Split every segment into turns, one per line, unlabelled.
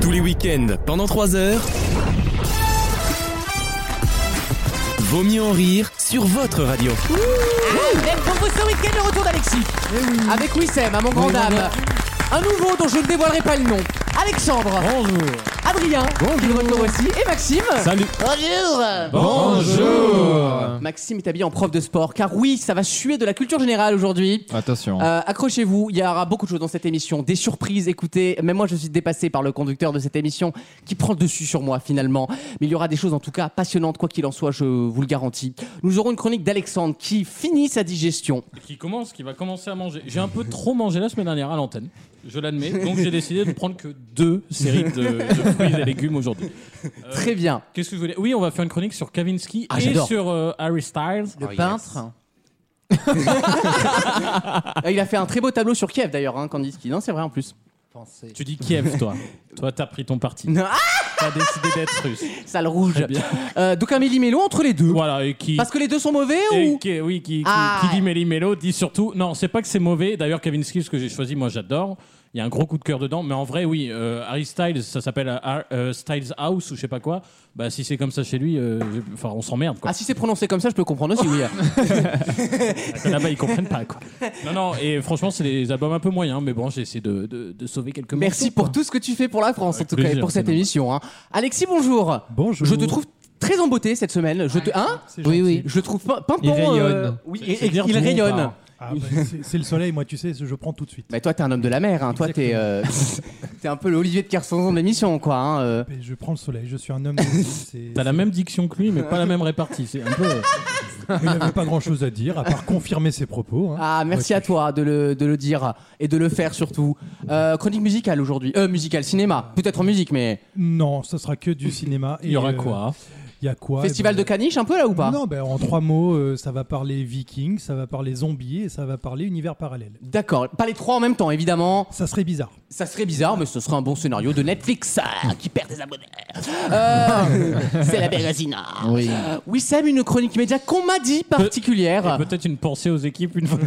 Tous les week-ends, pendant 3 heures. Vaut mieux en rire sur votre radio.
Avec pour vous ce week-end le retour d'Alexis. Avec Wissem, à mon grand dame. Un nouveau dont je ne dévoilerai pas le nom. Alexandre. Bonjour. Adrien. Bonjour. retour aussi. Et Maxime.
Salut.
Bonjour.
Oh,
Bonjour.
Maxime est habillé en prof de sport. Car oui, ça va suer de la culture générale aujourd'hui.
Attention.
Euh, Accrochez-vous, il y aura beaucoup de choses dans cette émission, des surprises, écoutez, même moi je suis dépassé par le conducteur de cette émission qui prend le dessus sur moi finalement, mais il y aura des choses en tout cas passionnantes, quoi qu'il en soit, je vous le garantis. Nous aurons une chronique d'Alexandre qui finit sa digestion.
qui commence, qui va commencer à manger. J'ai un peu trop mangé la semaine dernière à l'antenne, je l'admets, donc j'ai décidé de prendre que deux séries de, de fruits et légumes aujourd'hui.
Très bien.
Qu'est-ce que je voulais Oui, on va faire une chronique sur Kavinsky
Ah,
et
j'adore.
sur euh, Harry Styles.
Le peintre. Euh, il a fait un très beau tableau sur Kiev d'ailleurs, hein, Kandinsky. Non, c'est vrai en plus.
Tu dis Kiev, toi. toi, t'as pris ton parti.
Non.
T'as décidé d'être russe.
Sale rouge.
Ah, Très bien.
Euh, donc un méli-mélo entre les deux.
Voilà, et qui.
Parce que les deux sont mauvais
et
ou
qui- oui, qui, qui-
Ah.
qui dit Méli Mélo dit surtout. Non, c'est pas que c'est mauvais. D'ailleurs, Kavinsky, ce que j'ai choisi, moi j'adore. Il y a un gros coup de cœur dedans. Mais en vrai, oui, euh, Harry Styles, ça s'appelle euh, Har- euh, Styles House ou je sais pas quoi. Bah, si c'est comme ça chez lui, euh, je- enfin, on s'emmerde quoi.
Ah si c'est prononcé comme ça, je peux comprendre aussi, oui.
Parce que Là-bas, ils comprennent pas quoi. Non, non, et franchement, c'est des albums un peu moyens. Mais bon, j'ai essayé de, de- de sauver quelques
Merci
morceaux,
pour
quoi.
tout ce que tu fais pour la France, en
Avec
tout cas, et
plaisir,
pour cette
c'est
émission. hein. Alexis, bonjour.
Bonjour.
Je te trouve très en beauté cette semaine. Je te, hein
Oui, oui.
Je trouve pas. pimpant,
Il rayonne.
euh, oui,
C'est-
et-
c'est
et-
dire
il
du bon
rayonne.
par-
Ah, bah, c'est le soleil, moi, tu sais, je prends tout de suite.
Mais toi, t'es un homme de la mer. hein. Toi, t'es euh, t'es un peu l'Olivier de Kersanson de l'émission, quoi. hein, euh.
Mais Je prends le soleil, je suis un homme. de- c'est-
T'as la même diction que lui, mais pas la même répartie. C'est un peu. euh,
Il n'avait pas grand chose à dire, à part confirmer ses propos. hein.
Ah, merci à toi de le, de le dire et de le faire surtout. Euh, chronique musicale aujourd'hui. Euh, musicale, cinéma. Peut-être en musique, mais.
Non, ça sera que du cinéma.
Il y aura
euh,
quoi hein.
Il y a quoi Eh
Festival de
bah,
Caniche, un peu là ou pas
Non, ben, en trois mots, euh, ça va parler vikings, ça va parler zombies et ça va parler univers parallèle.
D'accord. Pas les trois en même temps, évidemment.
Ça serait bizarre.
Ça serait bizarre, mais ce serait un bon scénario de Netflix ah, qui perd des abonnés. Euh, c'est la Bérésina. Oui. Wissem, une chronique média qu'on m'a dit particulière.
Et Peut-être une pensée aux équipes, une fois.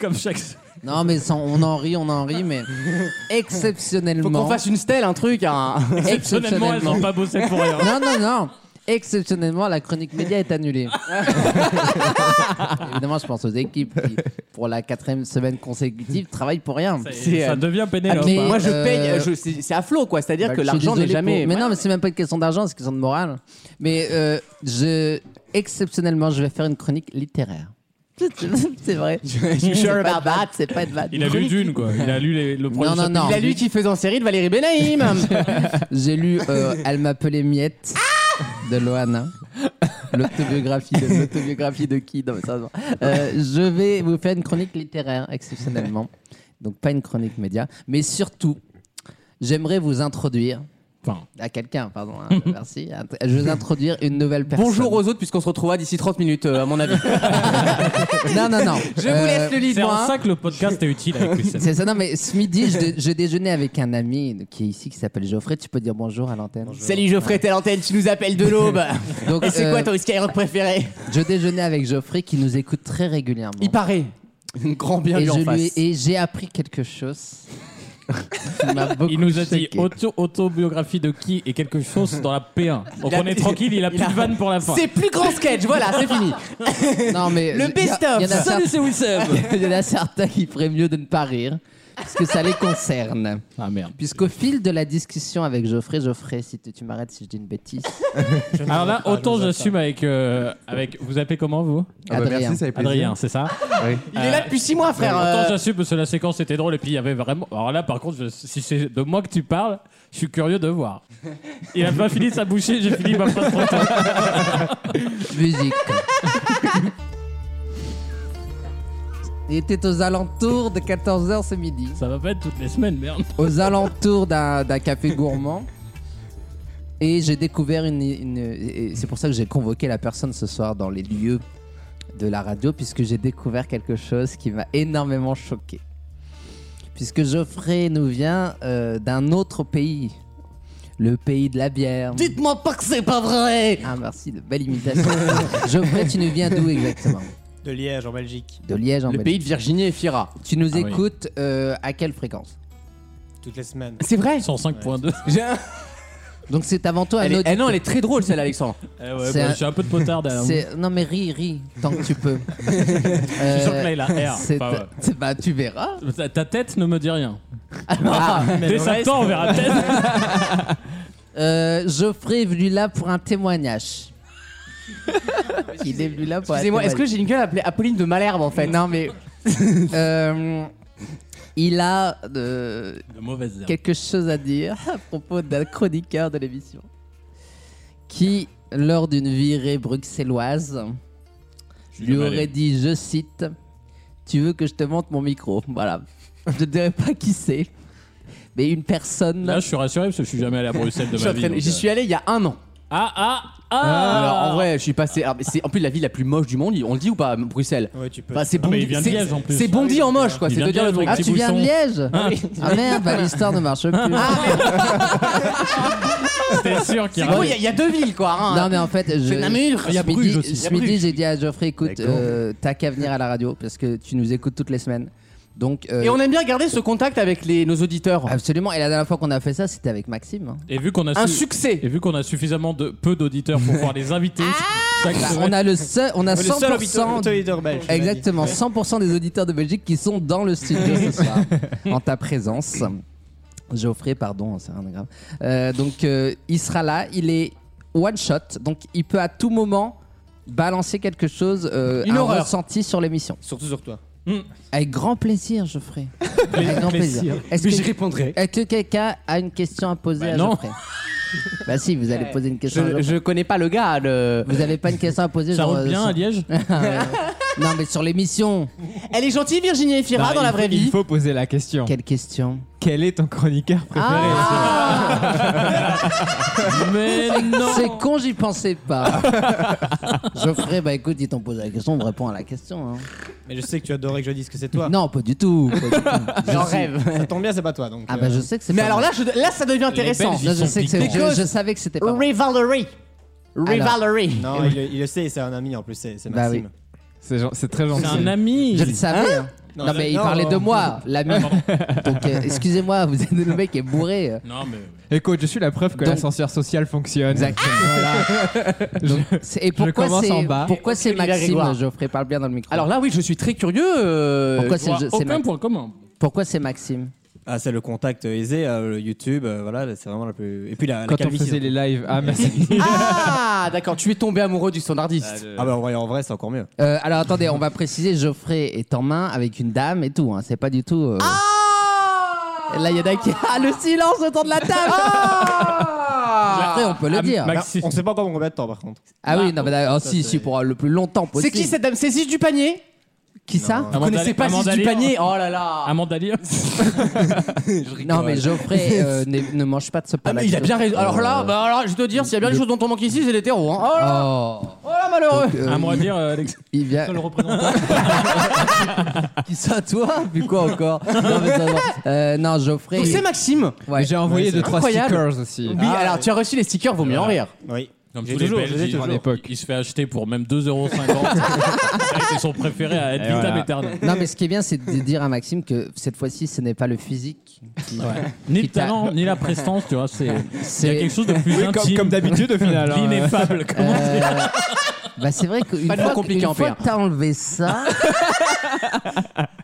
comme chaque.
Non, mais sans- on en rit, on en rit, mais
Faut
exceptionnellement.
qu'on fasse une stèle, un truc. hein. un-
Honnêtement, elles n'ont
Exceptionnellement.
pas bossé pour rien.
Non, non, non. Exceptionnellement, la chronique média est annulée. Évidemment, je pense aux équipes qui, pour la quatrième semaine consécutive, travaillent pour rien.
C'est,
ça
euh,
devient
ah,
Pénélope.
mais-
hein.
Moi, je
euh,
paye. je- c'est, c'est à flot, quoi. C'est-à-dire
Bah,
que
je suis
l'argent n'est
désolé
jamais.
pour- Mais non, mais c'est même pas une question d'argent, c'est une question de morale. Mais euh, je... exceptionnellement, je vais faire une chronique littéraire. c'est vrai.
You sure
C'est pas
about
de vanne,
that
C'est pas de vanne.
Il a lu Dune, quoi. Il a lu les- le premier
Non, non,
chapitre.
non.
Il a lu qui faisait en série de Valérie Benaïm.
J'ai lu euh, Elle m'appelait Miette de Loana. L'autobiographie de, l'autobiographie de qui Non, mais sérieusement. Euh, Je vais vous faire une chronique littéraire, exceptionnellement. Donc, pas une chronique média. Mais surtout, j'aimerais vous introduire.
Enfin.
À quelqu'un, pardon. hein, merci. Je vais vous introduire une nouvelle personne.
Bonjour aux autres, puisqu'on se retrouvera d'ici 30 minutes, euh, à mon avis.
Non, non, non.
Je vous
Euh,
laisse le lead,
C'est
moi.
en
hein.
ça que le podcast est utile avec Wissem.
C'est ça, non, mais ce midi, je, dé- je déjeunais avec un ami qui est ici, qui s'appelle Geoffrey. Tu peux dire bonjour à l'antenne.
Salut Geoffrey, telle antenne, tu nous appelles de l'aube.
Donc,
Et c'est quoi
euh,
ton Skyrock préféré
Je déjeunais avec Geoffrey qui nous écoute très régulièrement.
Il paraît. Grand bien
et
lui en
je
face.
lui ai- et j'ai appris quelque chose. qui m'a beaucoup
Il nous a dit
choqué.
auto- autobiographie de qui et quelque chose dans la P1. Donc
Il a-
on est tranquille, il a plus
il a-
de vanne pour la fin.
C'est plus grand sketch, voilà, c'est fini.
Non, mais
Le
je-
best-of.
il y en a
Salut,
certains- Il y en a certains qui feraient mieux de ne pas rire, parce que ça les concerne.
Ah merde.
Puisqu'au fil de la discussion avec Geoffrey, Geoffrey, si tu, tu m'arrêtes si je dis une bêtise,
Alors là, autant j'assume avec, euh, avec. Vous appelez comment vous
Ah bah
Adrien.
merci, ça fait plaisir.
Adrien, c'est ça
Il est là depuis 6 mois, frère.
Autant
euh,
j'assume parce que la séquence était drôle et puis il y avait vraiment. Alors là, par contre, je- si c'est de moi que tu parles, je suis curieux de voir. Il a pas fini de sa bouchée, j'ai fini ma phrase trop tôt.
musique. Il était aux alentours de 14h ce midi.
Ça va pas être toutes les semaines, merde.
aux alentours d'un d'un café gourmand. Et j'ai découvert une. une- et c'est pour ça que j'ai convoqué la personne ce soir dans les lieux de la radio, puisque j'ai découvert quelque chose qui m'a énormément choqué. Puisque Geoffrey nous vient euh, d'un autre pays, le pays de la bière.
Dites-moi pas que c'est pas vrai.
Ah, merci, de belle imitation. Geoffrey, tu nous viens d'où exactement
De Liège en Belgique.
De Liège en
Le
Belgique.
pays de Virginie et Fira.
Tu nous
Ah oui.
écoutes euh, à quelle fréquence
toutes les semaines.
C'est vrai
105.2.
Donc c'est avant tout un
Elle est-
auditeur.
eh non, elle est très drôle celle Alexandre.
Eh ouais,
C'est
bah,
un-
J'ai un peu de potard
Euh,
derrière moi.
C'est- Non mais ris, ris, tant que tu peux.
Je suis sûr que
Euh,
là, il a R.
c'est-
Enfin, ouais.
c'est- Bah tu verras. Ah.
Ta- Ta tête ne me dit rien.
Ah.
Mais
Dès
le reste-
septembre, on verra peut-être.
Euh, Geoffrey est venu là pour un témoignage. il est venu là pour un
Excusez-moi, est-ce que
témoignage.
j'ai une gueule appelée Apolline de Malherbe en fait Non mais
Euh, il a euh,
De mauvaises herbes.
quelque chose à dire à propos d'un chroniqueur de l'émission qui, lors d'une virée bruxelloise,
Je suis
lui
mal.
aurait dit, je cite, Tu veux que je te monte mon micro Voilà. je ne dirais pas qui c'est, mais une personne.
Là, je suis rassuré parce que je suis jamais allé à Bruxelles de
je suis
ma
en train
vie.
de-
donc,
j'y
euh,
suis allé il y a un an.
Ah, ah, ah
Alors en vrai, je suis passé. ah, mais c'est en plus la ville la plus moche du monde. On le dit ou pas Bruxelles
Ouais, tu peux.
Enfin, c'est
Ah, mais
bondi-
il vient de
c'est-
Liège, en plus. Ah
C'est bondi en moche quoi.
Il
C'est
vient
de
de
dire le
Liège,
truc.
Ah,
petit
tu viens de
bouchon.
Liège Ah merde, bah, l'histoire ne marche
Ah,
plus.
T'es sûr qu'il
C'est
y a
gros, il y a- il y, a deux villes quoi. hein.
non, mais en fait, je.
C'est Namur.
Ce midi,
Bruges aussi.
ce
Il y a
midi,
Bruges.
j'ai dit à Geoffrey écoute,
D'accord.
euh, t'as qu'à venir à la radio parce que tu nous écoutes toutes les semaines. Donc, euh, Ah,
Et on aime bien garder ce contact avec les, nos auditeurs.
absolument. Et la dernière fois qu'on a fait ça, c'était avec Maxime. hein.
Et vu qu'on a
Un
su-
succès.
Et vu qu'on a suffisamment de peu d'auditeurs pour pouvoir les inviter
Ah
chaque
Bah,
semaine,
on a le seul, on a
Le seul
100%.
auditeur- auditeur belge, tu m'as dit.
Exactement, 100% des auditeurs de Belgique qui sont dans le studio ce soir, en ta présence. Geoffrey, pardon, hein, c'est rien de grave. Euh, donc, euh, il sera là, il est one shot, donc il peut à tout moment balancer quelque chose, euh,
Une
un
horreur.
ressenti sur l'émission.
Surtout sur toi.
Avec grand plaisir, Geoffrey. Avec grand plaisir. Est-ce
Mais j'y
que,
répondrai.
est-ce que quelqu'un a une question à poser
Bah
à
non.
Geoffrey Bah si, vous allez poser une question. à
Je,
Geoffrey.
je connais pas le gars. Le...
Vous n'avez pas une question à poser
ça
genre,
roule bien
euh,
à Liège
Non, mais sur l'émission.
Elle est gentille Virginie Efira
Bah,
dans
il
la
faut-
vraie
Il
vie.
faut poser la question.
Quelle question
Quel est ton chroniqueur préféré
Mais non
Ah. C'est con, j'y pensais pas. Geoffrey, bah écoute, ils t'ont posé la question, on répond à la question. hein.
Mais je sais que tu adorais que je dise que c'est toi.
Non, pas du tout. pas du tout. Je
J'en
sais-
rêve.
Ça tombe bien, c'est pas toi. Donc,
Ah
euh,
bah je sais que c'est
Mais
pas
alors
moi.
là, je- là, ça devient intéressant.
Belges,
Là,
ils
je,
sont
sais que c'est-
piquants.
je, je savais que c'était pas moi.
Rivalry. Rivalry.
Non, il, le- il le sait, c'est un ami en plus, c'est c'est
Bah
Maxime.
C'est gen- c'est très gentil.
C'est un ami
Je le savais. hein.
Non,
non,
je-
mais il
non,
parlait de
euh,
moi, l'ami. Donc euh, excusez-moi, vous êtes le mec qui est bourré.
Non, mais.
Écoute, je suis la preuve que
Donc-
l'ascenseur social fonctionne.
C'est- Et pourquoi
commence en
c'est
bas.
pourquoi c'est
Olivier
Maxime
Grégoire.
Geoffrey parle bien dans le micro.
Alors là, oui, je suis très curieux. euh,
pourquoi
je
c'est
vois
je- c'est
aucun
Max-
point commun.
pourquoi c'est Maxime
Ah, c'est le contact aisé, euh, le YouTube, euh, voilà, c'est vraiment la plus. Et puis la, la
Quand on
calvitie. hein.
faisait les lives, ah merci.
Ah, d'accord, tu es tombé amoureux du standardiste.
Ah bah en vrai, en vrai, c'est encore mieux.
Euh, Alors attendez, on va préciser, Geoffrey est en main avec une dame et tout. hein, C'est pas du tout. euh,
Ah
Et Là, il y en a qui. Ah, le silence autour de la table
Ah
Après, on peut le
Ah,
dire.
Max-
Ah,
Maxime.
on sait pas encore dans combien de temps par contre.
Ah oui, non, mais d'accord, si, si, pour euh, le plus longtemps
C'est
possible.
qui cette dame C'est Ziz du panier
Qui ça
Vous connaissez pas Ziz du panier Oh là là
Amanda Lear.
Non, mais Geoffrey euh, n'est- ne mange pas de ce Euh,
Ah,
pain.
mais il a bien raison. Alors là, bah, alors, je dois dire, s'il y a bien des choses dont on manque ici, c'est l'hétéro. Hein. Oh, là,
Oh
oh là, malheureux
Euh,
À moi à dire, euh, Alex.
Il vient.
Seul représentant.
Qui ça, toi Puis quoi encore Non, mais non, non. Euh, non, Geoffrey.
Donc c'est Maxime
Ouais.
J'ai envoyé
Ouais, c'est
deux trois
incroyable.
stickers aussi.
Oui, alors tu as reçu les stickers, vaut mieux en rire.
Oui.
Comme
J'ai
tous les
toujours, je les ai
Belges,
toujours.
il-
À l'époque.
il se fait acheter pour même 2,50€. C'est son préféré à être
Et
vitam
voilà.
aeternam.
Non, mais ce qui est bien, c'est de dire à Maxime que cette fois-ci, ce n'est pas le physique. qui-
Ni le
Qui t'a-
talent, ni la prestance, tu vois. c'est- Il y a
C'est.
quelque chose de plus
Comme,
intime.
comme d'habitude au final. hein.
L'ineffable. comment dire.
Euh, bah, c'est vrai qu'une
Pas de
fois,
mot compliqué
une
en
fois
PR.
que t'as enlevé ça.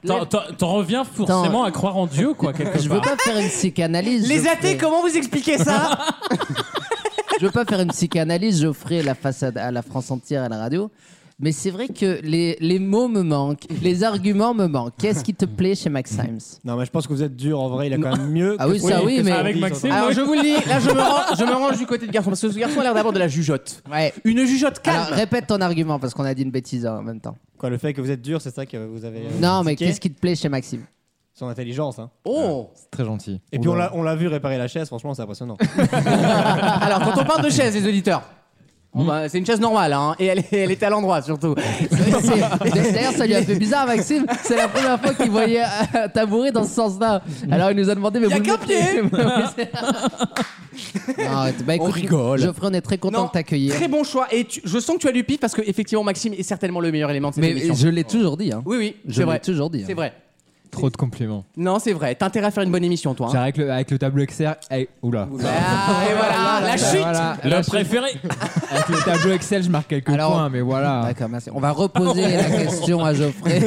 T'en- T'en t'en reviens forcément à croire en Dieu, quoi, quelque
Je veux
part.
pas faire une psychanalyse.
Les
Geoffrey.
athées, comment vous expliquez ça
Je veux pas faire une psychanalyse, Geoffrey, la façade à la France entière à la radio. Mais c'est vrai que les, les mots me manquent, les arguments me manquent. Qu'est-ce qui te plaît chez Max Symes
Non, mais je pense que vous êtes dur en vrai, il a quand même mieux.
Ah oui, ça oui, mais-
Avec Maxime,
Alors je vous le dis, là je me, range, je me range du côté de garçon, parce que ce garçon a l'air d'avoir de la jugeote.
Ouais.
Une jugeote
Alors,
calme
répète ton argument parce qu'on a dit une bêtise hein, en même temps.
Quoi, le fait que vous êtes dur, c'est ça que vous avez. euh,
Non, mais
critiqué
qu'est-ce qui te plaît chez Maxime
Son intelligence, hein.
Oh
C'est Très gentil.
Et puis on l'a- on l'a vu réparer la chaise, franchement, c'est impressionnant.
Alors, quand on parle de chaise, les auditeurs,
Hmm.
on va- c'est une chaise normale, hein, et elle est, elle est à l'endroit surtout.
C'est- D'ailleurs, ça lui a fait bizarre, Maxime. C'est la première fois qu'il voyait un tabouret dans ce sens-là. Alors, il nous a demandé. Mais
Y a
vous
qu'un
le mettez- Non, arrête. Bah, écoute,
rigole.
Geoffrey, on est très content
Non,
de t'accueillir.
Très bon choix, et tu- je sens que tu as du pif parce que effectivement Maxime est certainement le meilleur élément de cette
Mais
émission.
je l'ai toujours dit. Hein.
Oui, oui,
Je
c'est
l'ai
vrai.
toujours dit. hein.
C'est vrai.
Trop de compliments.
Non, c'est vrai. T'as intérêt à faire une bonne émission, toi.
Genre
hein.
avec le, avec le tableau Excel. eh, oula.
Ah, et voilà, la
Bah
chute.
voilà,
Le préféré
Avec le tableau Excel, je marque quelques
Alors-
points, mais voilà.
D'accord, merci. On va reposer la question à Geoffrey.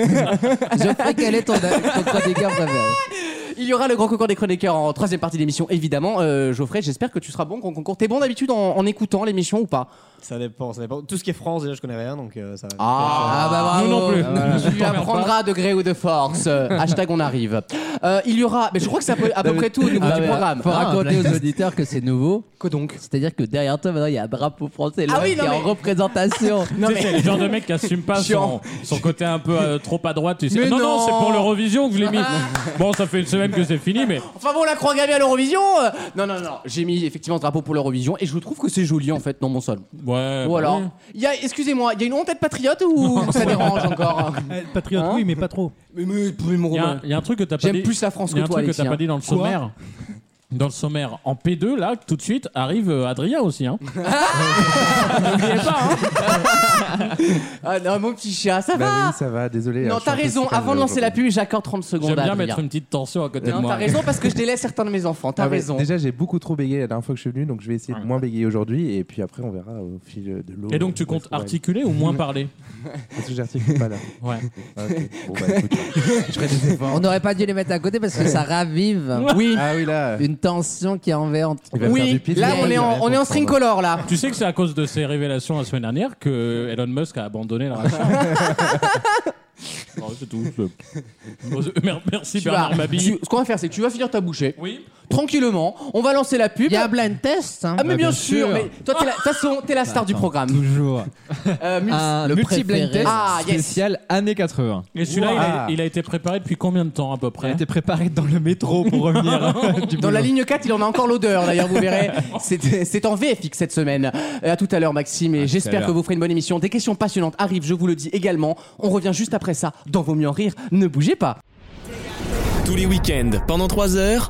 Geoffrey, quel est ton, ton chroniqueur préféré
Il y aura le grand concours des chroniqueurs en troisième partie d'émission, évidemment. Euh, Geoffrey, j'espère que tu seras bon au grand concours. T'es bon d'habitude en, en écoutant l'émission ou pas
Ça dépend, ça dépend. Tout ce qui est France, déjà, je connais rien, donc euh, ça.
Ah, bah bravo.
Nous non plus.
Ah, voilà. Tu apprendras de gré ou de force. Euh, Hashtag on arrive. Euh, il y aura, mais je crois que c'est à peu, à peu près tout au niveau du programme.
Ah, bah,
Ah,
Faut raconter aux auditeurs que c'est nouveau.
Quoi donc
C'est-à-dire que derrière toi, maintenant, il y a un drapeau français là,
Ah oui,
qui
non,
est
mais-
en représentation.
Non,
Tu
mais-
sais, C'est le genre de mec qui assume pas
Chiant.
son, son côté un peu euh, trop à droite. tu sais.
Mais
non, non,
non.
c'est pour l'Eurovision que je l'ai mis. bon, ça fait une semaine que c'est fini, mais
Enfin bon, la croix gravée à l'Eurovision euh, Non, non, non. J'ai mis effectivement ce drapeau pour l'Eurovision et je trouve que c'est joli en fait dans mon sol.
ouais.
Ou
bah
alors,
oui.
il y a- excusez-moi, il y a une honte d'être patriote ou ça dérange encore
Euh, Patriote,
Hein
oui, mais pas trop.
Mais, mais, mais mon
Il y, a
Romain,
un- il y a un truc que t'as pas
J'aime
dit.
plus la France
Il y
que
a un
toi,
truc que
Alexis.
t'as pas dit dans le
Quoi
sommaire. Dans le sommaire, en P2, là, tout de suite, arrive euh, Adrien aussi. Hein. N'oubliez pas. hein.
hein. Ah non, mon petit chat, ça
Bah
va hein.
oui, ça va, désolé. hein,
Non,
je suis
t'as
un peu
raison,
sous-calme
avant de lancer la
aujourd'hui.
pub, j'accorde 30 secondes
J'aime
à
bien
Adrien.
mettre une petite tension à côté de
Non,
moi.
t'as raison parce que je délaisse certains de mes enfants, t'as
Ah ouais,
raison.
Déjà, j'ai beaucoup trop bégayé la dernière fois que je suis venu, donc je vais essayer de moins bégayer aujourd'hui, et puis après, on verra au fil de l'eau.
Et donc, tu
Ouais,
comptes
ouais.
articuler ou moins parler
Parce que j'articule pas là.
Ouais.
Ah, ok. Bon, bah, écoute.
On n'aurait pas dû les mettre à côté parce que ça ravive
Oui,
Ah oui, là.
une tension qui en envers entre.
Il va faire
oui,
du pied,
là
il va
on est
rien
en, on est en
comprendre.
string color là.
Tu sais que c'est à cause de ces révélations la semaine dernière que Elon Musk a abandonné la rachat. Non, c'est tout. c'est- Mer- Merci
Tu
Bernard
vas-
Mabille.
tu- ce qu'on va faire, c'est que tu vas finir ta bouchée
Oui.
tranquillement. On va lancer la pub.
Il y a un blind test. Hein.
Ah, mais
Ah,
bien,
bien
sûr,
sûr.
mais toi, t'es la, de toute façon, t'es la
Bah,
star du programme.
Toujours.
Euh, Mus-
Ah, le
Multi-blind
préféré.
test
Ah, yes.
spécial années 80.
Et celui-là, il a-
Ouah.
il, a été préparé depuis combien de temps à peu
Elle
près
était préparée dans le métro pour revenir du
Dans la
boulot.
ligne 4, il en a encore l'odeur, d'ailleurs, vous verrez. C'est c'est en VFX cette semaine. Euh, À tout à l'heure, Maxime, et
à
j'espère
l'heure.
que vous ferez une bonne émission. Des questions passionnantes arrivent, je vous le dis également. On revient juste après ça dans Vaut mieux en rire. Ne bougez pas.
Tous les week-ends, pendant 3 heures,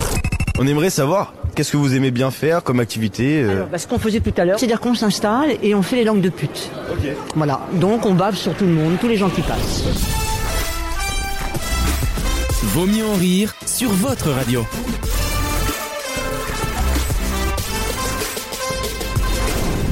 On aimerait savoir qu'est-ce que vous aimez bien faire comme activité. euh,
Ah,
Alors, bah, ce qu'on faisait tout à l'heure, c'est-à-dire qu'on s'installe et on fait les langues de pute. Voilà, donc on bave sur tout le monde, tous les gens qui passent.
Vaut mieux en rire sur votre radio.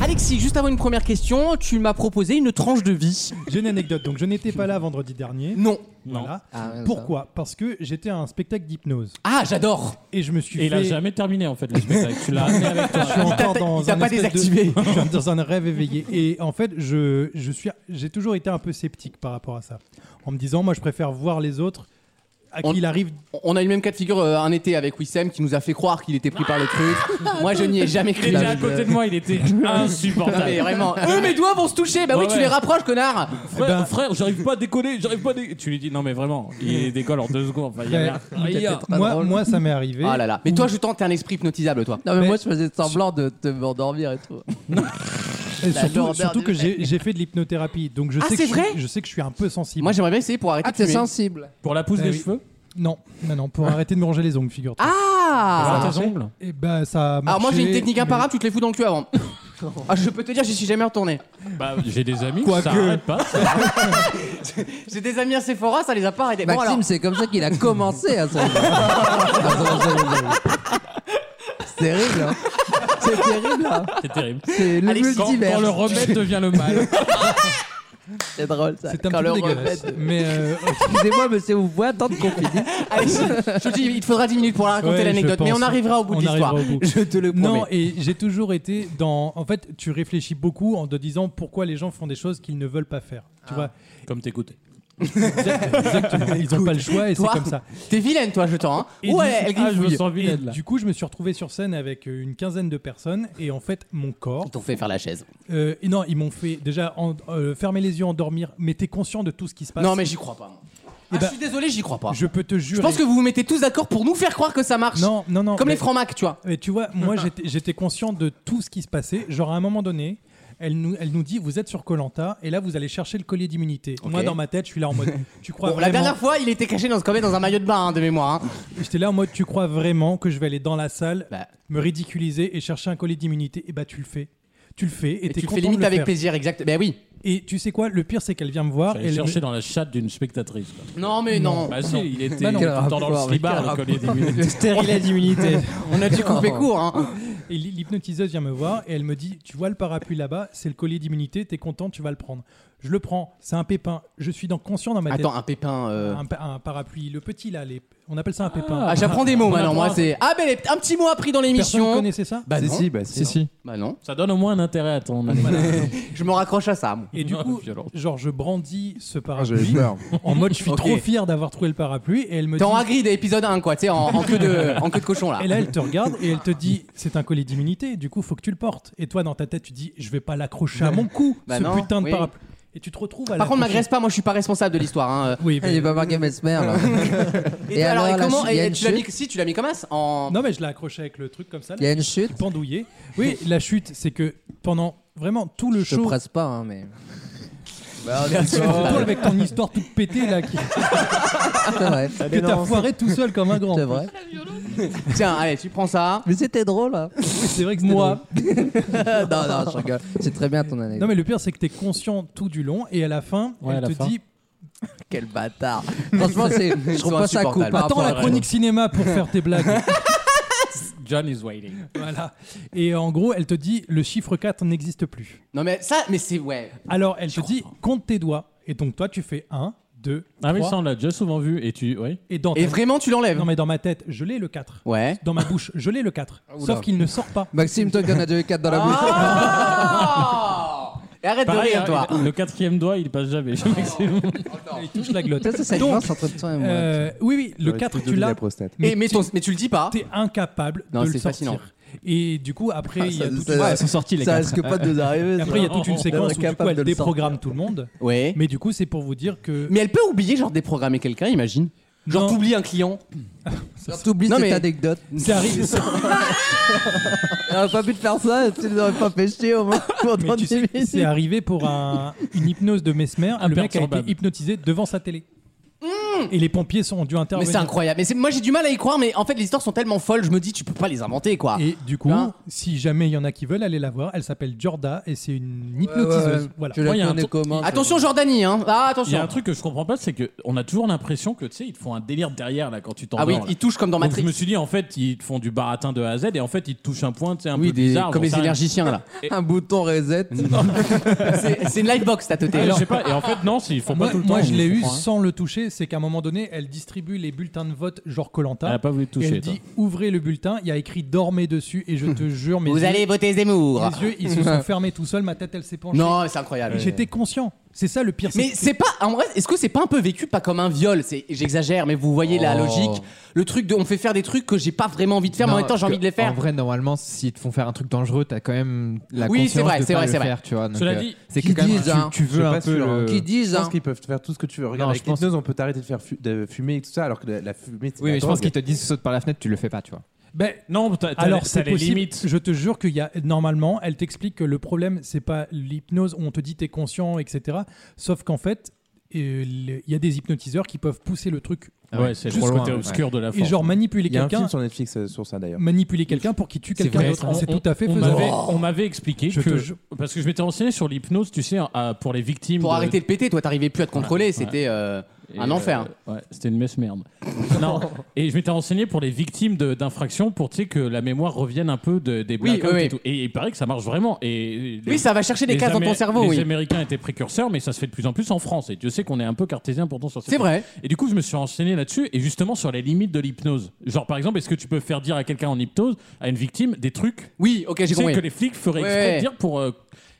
Alexis, juste avant une première question, tu m'as proposé une tranche de vie.
J'ai une anecdote. Donc, je n'étais pas là vendredi dernier.
Non.
Voilà.
Ah, ouais, ça.
Pourquoi Parce que j'étais à un spectacle d'hypnose
Ah, j'adore.
et je me suis
Et il a
fait.
jamais terminé en fait le spectacle. Tu l'as amené avec toi.
Je suis encore dans
Il t'a
un
pas
espèce de-
désactivé.
Je suis dans un rêve éveillé. Et en fait, je, je suis, j'ai toujours été un peu sceptique par rapport à ça. En me disant, moi, je préfère voir les autres à qui
On-
il arrive.
On a eu le même cas de figure euh, un été avec Wissem qui nous a fait croire qu'il était pris par le truc. Moi, je n'y ai jamais
Il
cru.
était à côté de moi, il était
Non, mais
Ah, insupportable.
vraiment. Eux, mes doigts vont se toucher. Bah oui,
Ouais,
tu
ouais.
les rapproches, connard.
Frère, frère, j'arrive pas à décoller, j'arrive pas à dé- Tu lui dis non mais vraiment, il décolle en deux secondes. Enfin, il y a rien. Il y a-
pas
Moi,
drôle.
moi, ça m'est arrivé.
Ah là là. Mais toi, je tente, t'es un esprit hypnotisable, toi.
Non, mais,
Mais-
moi, je faisais semblant de, de m'endormir et tout.
Et
La
surtout,
lourdeur
surtout
du
que j'ai, j'ai fait de l'hypnothérapie. Donc, je,
Ah,
sais
c'est
que je, suis-
vrai
je sais que je suis un peu sensible.
Moi, j'aimerais bien essayer pour arrêter
Ah,
de
t'es
fumer.
sensible.
Pour la pousse
Eh
des
oui.
cheveux
non, non, non, pour arrêter de me ranger les ongles, figure-toi.
Ah
tes ongles
Et bah, ça a
Alors moi, j'ai une
marché,
technique
mais-
imparable, tu te les fous dans le cul avant. Ah, je peux te dire, j'y suis jamais retourné.
Bah j'ai des amis,
Quoique.
ça arrête pas.
J'ai des amis à Sephora, ça les a pas arrêtés. Bon,
Maxime,
alors,
c'est comme ça qu'il a commencé à se à se ranger les ongles. C'est terrible. hein. C'est terrible. hein.
C'est terrible.
C'est le
Allez, quand-
Quand,
multivers.
quand le remède devient le mal.
C'est drôle ça.
C'est un
Quand
peu
le
dégueulasse.
remède-
Mais euh,
Excusez-moi, monsieur, vous voyez tant de finisse.
allez, je je te dis, il te faudra 10 minutes pour la raconter
Ouais,
l'anecdote,
je
mais
pense.
on arrivera au bout
On
de l'histoire.
arrivera au bout.
Je te le promets.
Non, et j'ai toujours été dans. En fait, tu réfléchis beaucoup en te disant pourquoi les gens font des choses qu'ils ne veulent pas faire. Tu vois,
Comme t'écoutes.
ils n'ont pas le choix et c'est
toi,
comme ça.
T'es vilaine, toi, je t'en. Hein.
Et
Ouais,
du-
elle
Ah je me
griffe.
sens
Et
vilaine là.
du coup, je me suis retrouvé sur scène avec euh, une quinzaine de personnes et en fait, mon corps.
Ils t'ont fait faire la chaise.
euh, et non, ils m'ont fait déjà en- euh, fermer les yeux, endormir, mais t'es conscient de tout ce qui se passe.
Non, mais j'y crois pas. moi. Ah,
Eh ben,
je suis désolé, j'y crois pas.
Je peux te
Je
jurer.
pense que vous vous mettez tous d'accord pour nous faire croire que ça marche.
Non, non, non.
Comme
mais-
les francs macs, tu vois.
Mais tu vois, moi j'étais- j'étais conscient de tout ce qui se passait. Genre à un moment donné, elle nous, elle nous dit vous êtes sur Colanta et là vous allez chercher le collier d'immunité. Moi dans ma tête, je suis là en mode tu crois
Bon, la
vraiment
dernière fois, il était caché dans, quand même dans un maillot de bain, hein, de mémoire. hein.
J'étais là en mode tu crois vraiment que je vais aller dans la salle,
Bah.
me ridiculiser et chercher un collier d'immunité et bah tu le fais. Tu le fais et,
Et tu
t'es
le
content
fais limite
de le
avec
faire.
plaisir, exact. Ben oui.
Et tu sais quoi Le pire, c'est qu'elle vient me voir.
J'allais
elle
chercher
me-
dans la chatte d'une spectatrice. quoi.
Non, mais non.
Bah si, il était
Bah non.
tout le temps dans le
Quel
slibard, le
rapport.
collier d'immunité.
Le stérile à d'immunité.
On a dû couper court, hein.
Et l'hy- l'hypnotiseuse vient me voir et elle me dit Tu vois le parapluie là-bas, c'est le collier d'immunité, t'es content, tu vas le prendre. Je le prends, c'est un pépin. Je suis dans, conscient dans ma tête.
Attends, un pépin. euh,
Un, pa- un parapluie, le petit là, les- on appelle ça un pépin.
Ah, j'apprends des mots
On
maintenant, moi
apprend-
c'est. Ah, ben les- un petit mot appris dans
Personne
l'émission.
connaissait ça
Bah
Si,
non.
si, bah si.
Si, si.
Bah non.
Ça donne au moins un intérêt à ton animal.
Je me raccroche à ça. moi.
Et du
Ah,
coup,
violente.
genre, je brandis ce
Ah, J'avais
parapluie
peur.
en mode Je suis
Ok.
trop fier d'avoir trouvé le parapluie. Et elle me
T'es en
dit
Hagrid à épisode 1, quoi, tu sais, en, en queue de, en queue de cochon là.
Et là, elle te regarde et elle te dit c'est un collier d'immunité, du coup, faut que tu le portes. Et toi, dans ta tête, tu dis je vais pas l'accrocher à mon cou,
Bah
ce
non,
putain de
oui.
parapluie. Et tu te retrouves à
Par contre,
l'accrocher.
m'agresse pas, moi je suis pas responsable de l'histoire. hein, euh.
Oui,
Il
mais-
est pas marqué Mesmer. là.
Et,
Et
toi, alors,
alors,
et
là,
comment
il y a
et
une
tu l'as mis,
chute
Si, tu l'as mis comme as en...
Non, mais je l'ai accroché avec le truc comme ça,
Il y
là,
a une chute.
pendouillé. Oui, la chute, c'est que pendant vraiment tout le
Je te
show,
presse pas, hein, mais.
toi avec ton histoire toute pétée là, qui,
Ah,
C'est vrai.
que t'as foiré tout seul comme un grand.
C'est vrai.
Tiens, allez, tu prends ça.
Mais c'était drôle. hein.
C'est vrai que moi.
Ah, non, non, je rigole. C'est très bien ton
Non,
anecdote.
mais le pire, c'est que t'es conscient tout du long et à la fin,
Ouais, à
elle
la
te
fin.
dit
Quel bâtard. Franchement, c'est- je trouve
sont
pas ça cool.
insupportables.
par
Attends
rapport
la
à-
chronique cinéma pour faire tes blagues.
John is waiting.
voilà. Et en gros, elle te dit le chiffre 4 n'existe plus.
Non, mais ça, mais c'est. Ouais.
Alors, elle te dit, compte tes doigts. Et donc, toi, tu fais 1, 2,
Ah oui,
3.
ça on l'a déjà souvent vu. Et tu, oui.
Et dans
Et
ta-
vraiment, tu l'enlèves
Non, mais dans ma tête, je l'ai le 4.
Ouais.
Dans ma bouche, je l'ai le 4. Sauf qu'il ne sort pas.
Maxime, toi qui en as déjà eu 4 dans la bouche.
Ah Et Arrête
Pareil,
de rire,
hein,
toi.
il- le quatrième doigt, il passe jamais. Je m'excuse.
Il touche la glotte.
Ça, ça, ça
Donc,
commence entre toi et moi.
euh, oui, oui, le
J'aurais
4,
tout
tu
donné la
l'as.
prostate.
Et- mais, ton- mais tu le dis pas.
T'es incapable
Non,
de le
c'est
sortir.
fascinant.
Et du coup, après, il y a,
Ça-
toute
ça-
une-
ouais,
Ouais,
elles sont sorties, les
ça
quatre.
risque pas de nous arriver. ça.
après, il y a toute une
Non,
séquence où
d'être
du coup,
capable de
elle
le
déprogramme tout le monde.
Ouais.
Mais du coup, c'est pour vous dire que.
Mais elle peut oublier, genre, déprogrammer quelqu'un, imagine. Genre,
Non.
t'oublies un client.
T'oublies
Non,
cette
mais-
anecdote.
C'est arrivé.
On aurait pas pu te faire ça, tu nous aurais pas fait chier au moins
Mais
pendant
tu
10
sais,
minutes.
c'est arrivé pour un- une hypnose de Mesmer. Le mec a
Imperturbable.
été hypnotisé devant sa télé. Et les pompiers sont ont dû
Mais
intervenir.
c'est incroyable. Mais c'est- moi, j'ai du mal à y croire, mais en fait, les histoires sont tellement folles, je me dis, tu peux pas les inventer, quoi.
Et du coup,
Hein
si jamais il y en a qui veulent aller la voir, elle s'appelle Jorda et c'est une hypnotiseuse. Voilà.
Tu la
Moi, il y a un
connais
truc-
comment ça
Attention, Jordanie, hein. Ah,
Il y
attention.
a un truc que je comprends pas, c'est que on a toujours l'impression que tu sais, ils te font un délire derrière là quand tu
Ah
t'endors.
oui,
là.
ils touchent comme dans
Donc, je
Matrix.
me suis dit en fait ils te font du baratin de A à Z et en fait ils te touchent un point, c'est un
Oui,
peu
des-
bizarre.
comme
j'en
les
sais rien.
énergiciens, là.
Un bouton reset.
C'est c'est une lightbox, ta teuté.
Et Ah, je sais pas. Et en fait non, c'est- ils font
Moi,
pas tout le
moi,
temps.
je l'ai
ils
eu
font, hein.
sans le toucher, c'est qu'à un moment donné, elle distribue les bulletins de vote genre Colanta.
Elle a pas voulu te toucher.
elle
toi. Hum.
dit ouvrez le bulletin, il y a écrit dormez dessus et je te jure mes
Vous
yeux,
allez voter Zemmour.
mes yeux ils se sont fermés tout seuls, ma tête elle s'est penchée.
Non, c'est
Et
incroyable.
J'étais conscient. C'est ça le pire.
Mais
c'est-
c'est pas en vrai, est-ce que c'est pas un peu vécu pas comme un viol C'est j'exagère, mais vous voyez la
Oh.
logique. Le truc de on fait faire des trucs que j'ai pas vraiment envie de faire, mais en
Non,
même temps j'ai
parce
envie de les
que,
faire.
En vrai, normalement, s'ils te font faire un truc dangereux, t'as quand même la
Oui, c'est
conscience
vrai,
de
c'est
pas
vrai,
le
c'est vrai.
faire, tu vois. donc,
Cela
euh,
dit,
c'est que
qui
quand même,
disent, hein.
tu, tu
Je
veux
suis
un
pas
peu
sûr, hein.
le...
Qui disent,
Je pense
hein.
qu'ils peuvent faire tout ce que tu veux.
Non,
Regarde, avec
je pense-
l'hypnose, on peut t'arrêter de faire fu- de fumer et tout ça, alors que la, la fumée, c'est
Oui,
la
mais je pense qu'ils
drogue.
te disent saute par la fenêtre, tu le fais pas, tu vois.
Ben,
non, t'as- t'as-
Alors
t'as
c'est
les
possible.
limites.
Je te jure qu'il y a normalement, elle t'explique que le problème c'est pas l'hypnose où on te dit t'es conscient, etc. Sauf qu'en fait, euh, le- il y a des hypnotiseurs qui peuvent pousser le truc
Ouais, c'est le
Juste
côté
loin,
obscur de la
et
force.
genre manipuler
Il y a un
quelqu'un,
film sur Netflix euh, sur ça d'ailleurs.
manipuler quelqu'un pour qu'il tue
C'est
quelqu'un
vrai,
d'autre.
ça.
C'est
On-
tout à fait
on m'avait-
faisable.
On m'avait expliqué
Je te
que
jure.
parce que je m'étais renseigné sur l'hypnose, tu sais, à- pour les victimes.
Pour
de-
arrêter de péter, toi t'arrivais plus à te contrôler, c'était euh,
Et,
un enfer.
euh, ouais, c'était une messe merde. non. Et je m'étais renseigné pour les victimes de- d'infractions pour tu sais, que la mémoire revienne un peu de- des
Oui,
blackouts
oui, oui.
et tout. Et il paraît que ça marche vraiment. Et les-
Oui, ça va chercher des
les
cases dans ton
Amé-
cerveau,
Les
oui.
Américains étaient précurseurs, mais ça se fait de plus en plus en France. Et Dieu sait qu'on est un peu cartésien pourtant sur ces
C'est
trucs.
vrai.
Et du coup, je me suis renseigné là-dessus et justement sur les limites de l'hypnose. Genre, par exemple, est-ce que tu peux faire dire à quelqu'un en hypnose, à une victime, des trucs
Oui, OK, j'ai
tu sais
compris.
que les flics feraient
Ouais,
exprès
ouais.
de dire pour. euh,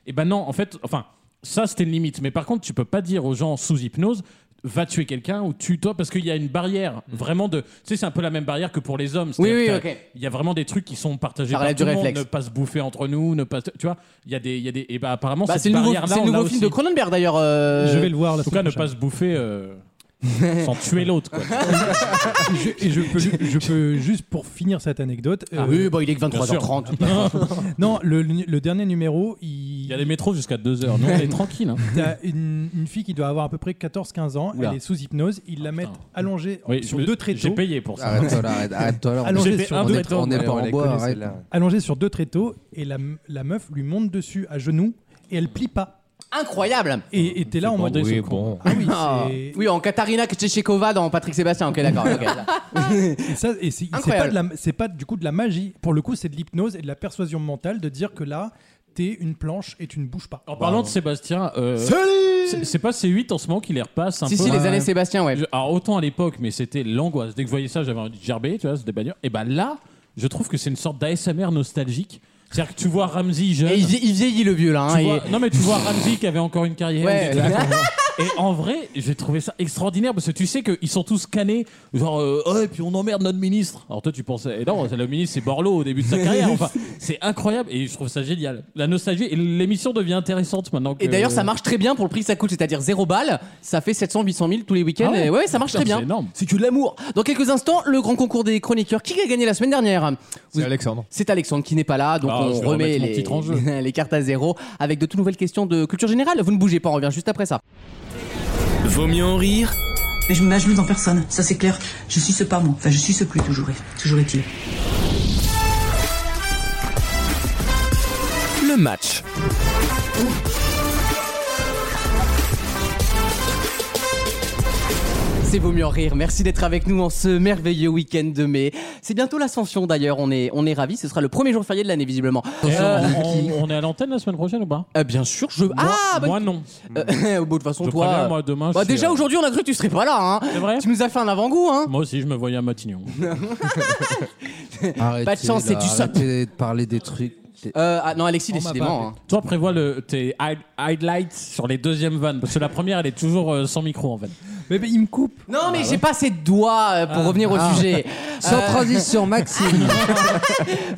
Eh ben non, en fait, enfin, ça c'était une limite. Mais par contre, tu peux pas dire aux gens sous hypnose va tuer quelqu'un ou tue-toi parce qu'il y a une barrière vraiment de. Tu sais, c'est un peu la même barrière que pour les hommes.
Mm. Oui,
c'est-à-dire
oui,
que
ok.
Il y a vraiment des trucs qui sont partagés
Ça
par
relève
tout
du
le monde,
réflexe.
ne pas se bouffer entre nous, ne pas. se- Tu vois, il y a des, il y a des. Et bah apparemment,
Bah,
cette
c'est le nouveau,
barrière-là,
c'est le
on l'a
nouveau film
aussi.
de Cronenberg d'ailleurs. euh,
Je vais le voir la
En tout cas,
semaine
ne pas se bouffer. euh, sans tuer l'autre. quoi.
prochaine. Je- Et je peux, ju- je peux juste pour finir cette anecdote.
Ah
euh,
oui, bon, il est que
Bien sûr.
23h30.
Non, le, le dernier numéro, il,
Il y a des métros jusqu'à 2h. Nous, on est tranquille. Hein.
T'as une, une fille qui doit avoir à peu près 14-15 ans,
Oula. Ah,
elle est sous hypnose, ils la mettent
putain.
allongée
Oui,
sur
je me-
deux
J'ai
tréteaux.
payé pour ça.
Arrête-toi là, arrête- arrêtez-toi là. on-
Allongée
J'ai fait
sur
un
On
deux
deux-
est, on est
Ouais,
pas
on
en
les
bois,
connaît,
arrête.
celles-là.
allongée sur deux tréteaux et la, la meuf lui monte dessus à genoux et elle plie pas.
Incroyable
Et et t'es là en mode.
Oui, bon.
Ah oui,
Ah.
c'est-
Oui, en Katarina Tchekova dans Patrick Sébastien. Ok, d'accord. ok.
Et ça, et c'est, c'est pas
Incroyable.
de la- c'est pas du coup de la magie. Pour le coup, c'est de l'hypnose et de la persuasion mentale de dire que là, t'es une planche et tu ne bouges pas.
En parlant de Sébastien, euh, c'est c'est pas C8 en ce moment qui les repasse un
si,
peu.
si, les années Sébastien, ouais.
Je- alors autant à l'époque, mais c'était l'angoisse. Dès que je voyais ça, j'avais envie de gerber, tu vois, c'était bagnole. Et ben là, je trouve que c'est une sorte d'ASMR nostalgique. C'est-à-dire que tu vois Ramsey jeune.
Et il, vie- il vieillit le vieux là. hein,
tu
il-
vois- Non mais tu vois Ramsey qui avait encore une carrière.
Ouais.
il était là. Et en vrai, j'ai trouvé ça extraordinaire parce que tu sais qu'ils sont tous canés, genre euh, oh, et puis on emmerde notre ministre. Alors toi tu pensais, eh non, le ministre c'est Borloo au début de sa carrière. Enfin, c'est incroyable et je trouve ça génial. La nostalgie et l'émission devient intéressante maintenant. Que...
Et d'ailleurs, ça marche très bien pour le prix que ça coûte, c'est-à-dire 0 balles. Ça fait 700, 800 000 tous les week-ends.
Ah ouais
et ouais, ça marche
Putain,
très bien.
c'est énorme.
C'est que de l'amour. Dans quelques instants, le grand concours des chroniqueurs. Qui a gagné la semaine dernière Vous-
C'est Alexandre.
C'est Alexandre qui n'est pas là, donc
Ah, je
on
vais
remet
remettre mon
les,
titre en jeu.
les cartes à zéro avec de toutes nouvelles questions de culture générale. Vous ne bougez pas, on revient juste après ça.
Vaut mieux en rire
Mais je me mets en personne, ça c'est clair. Je suis ce pas moi. Enfin, je suis ce plus toujours, est- toujours est-il.
le match.
C'est Vaut mieux en rire. Merci d'être avec nous en ce merveilleux week-end de mai. C'est bientôt l'ascension d'ailleurs, on est, on est ravis. Ce sera le premier jour férié de l'année visiblement.
Eh,
Euh,
on, on- on est à l'antenne la semaine prochaine ou pas
euh, bien sûr, je.
Moi,
Ah, bonne-
moi non.
Euh, Au bout de toute façon,
Je
toi.
préviens,
euh,
moi demain.
Bah
je suis,
déjà
euh,
aujourd'hui on a cru que tu serais pas là hein.
C'est vrai
Tu nous as fait un avant-goût hein.
Moi aussi, je me voyais à Matignon.
Arrêtez,
Pas de chance,
là,
c'est du sap.
arrêtez de parler des trucs.
Euh, ah non Alexis
On m'a
décidément.
pas
hein.
Toi, prévois le, tes hi- highlights sur les deuxièmes vannes, parce que la première, elle est toujours euh, sans micro en fait.
Mais, mais il me coupe.
Ah
Non mais j'ai pas assez de doigts euh, pour revenir au sujet. Euh,
Sans transition, Maxime.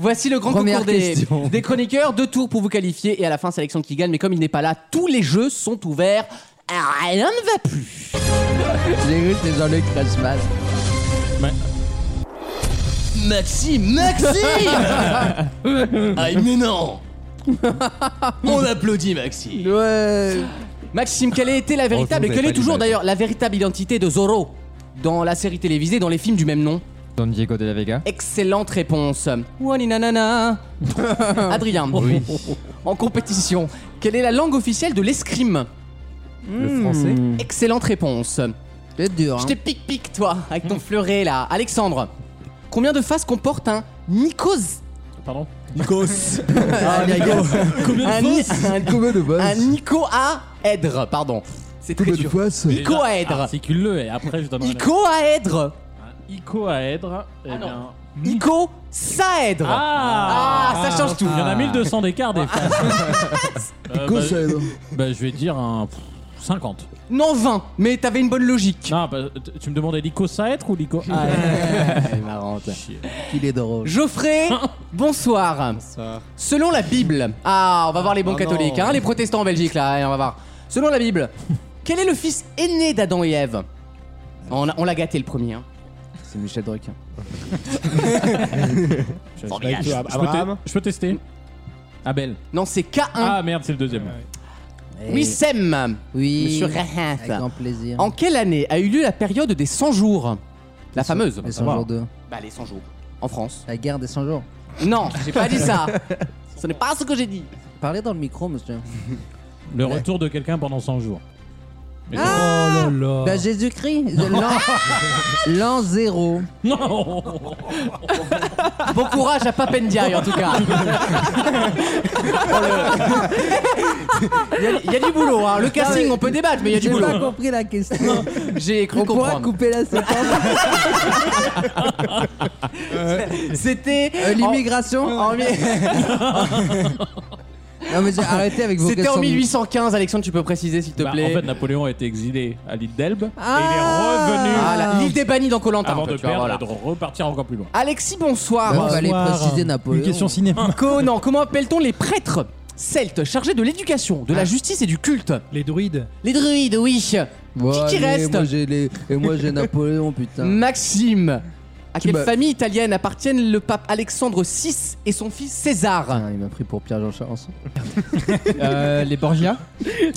Voici le grand
Première
concours des,
question.
des chroniqueurs. Deux tours pour vous qualifier et à la fin c'est Alexandre qui gagne. Mais comme il n'est pas là, tous les jeux sont ouverts. Rien ne va plus.
J'ai eu c'est Jean-Luc Reichmann.
Maxime, Maxime Ah mais non On applaudit Maxime.
Ouais.
Maxime, quelle a été la
Oh,
véritable et quelle est toujours d'ailleurs la véritable identité de Zorro dans la série télévisée, dans les films du même nom
Don Diego de la Vega.
Excellente réponse. Wally nanana. Adrien. En compétition, quelle est la langue officielle de l'escrime Hmm.
Le français.
Excellente réponse.
C'est dur. Hein. Mmh.
Je t'ai pic-pic, toi, avec ton fleuret là. Alexandre, combien de faces comporte un Nikos
Pardon
Ah,
Un Nikos. Un Ni- un-
Combien de
Un
base
Nicoaèdre, pardon. C'est très dur.
faces
Icoaèdre.
Ah, Articule-le et après je donnerai.
Icoaèdre.
la- Icoaèdre. eh
Ah, non.
bien-
Icosaèdre.
Ah,
Ah, ça change tout. Ah.
Il y en a 1200 d'écart des fois. Euh, bah, bah, je vais dire un pff, 50.
Non, 20, mais t'avais une bonne logique.
Non, bah, t- tu me demandais l'ico ça être ou l'ico Ah, chier.
Qu'il est drôle.
Geoffrey, bonsoir. Selon la Bible, ah, on va voir les bons
Ah
catholiques,
non.
hein, les protestants en Belgique là, allez, on va voir. Selon la Bible, quel est le fils aîné d'Adam et Ève On, a- on l'a gâté le premier. hein. C'est Michel Drucker.
bah,
Je peux, te- je peux tester Abel.
Non, c'est K1.
Ah merde, c'est le deuxième.
Oui, Sem.
Eh, Oui.
Monsieur Rahaf.
Avec grand plaisir.
En quelle année a eu lieu la période des 100 jours La fameuse.
Les 100 jours de.
Bah, les 100 jours. En France.
La guerre des 100 jours.
Non, j'ai pas dit ça. Ce n'est pas ce que j'ai dit.
Parlez dans le micro, monsieur.
Le retour de quelqu'un pendant 100 jours. Mais-
Ah
oh là là.
Bah, Jésus-Christ. je- L'an... L'an zéro.
Non
Bon courage à Papendiaï en tout cas. Oh, le- Il y a- il y, a du boulot, hein. le casting on peut débattre, mais il y a du
J'ai pas
boulot.
compris la question.
J'ai cru
On pourra
comprendre.
couper la séquence.
C'était
Euh,
en-
L'immigration.
en mi-
Non, mais j'ai arrêté avec vos
C'était en
questions.
1815, Alexandre, tu peux préciser s'il te
Bah,
plaît.
En fait, Napoléon a été exilé à l'île d'Elbe
Ah.
et il est revenu
Ah, la- l'île des bannis dans Colanta.
euh, avant de perdre et de repartir encore plus loin.
Alexis,
Bah,
bonsoir.
on va aller
Bonsoir.
préciser
Une
Napoléon.
oh.
question cinéma.
Conan, comment appelle-t-on les prêtres celtes chargés de l'éducation, de la
Ah.
justice et du culte
Les druides.
Les druides, oui.
Bon,
Qui qui
allez,
reste
moi, j'ai les- Et moi j'ai Napoléon, putain.
Maxime. À
Tu
quelle
m'as-
famille italienne appartiennent le pape Alexandre VI et son fils César
Putain, il m'a pris pour Pierre-Jean Charançon.
Euh, les Borgia.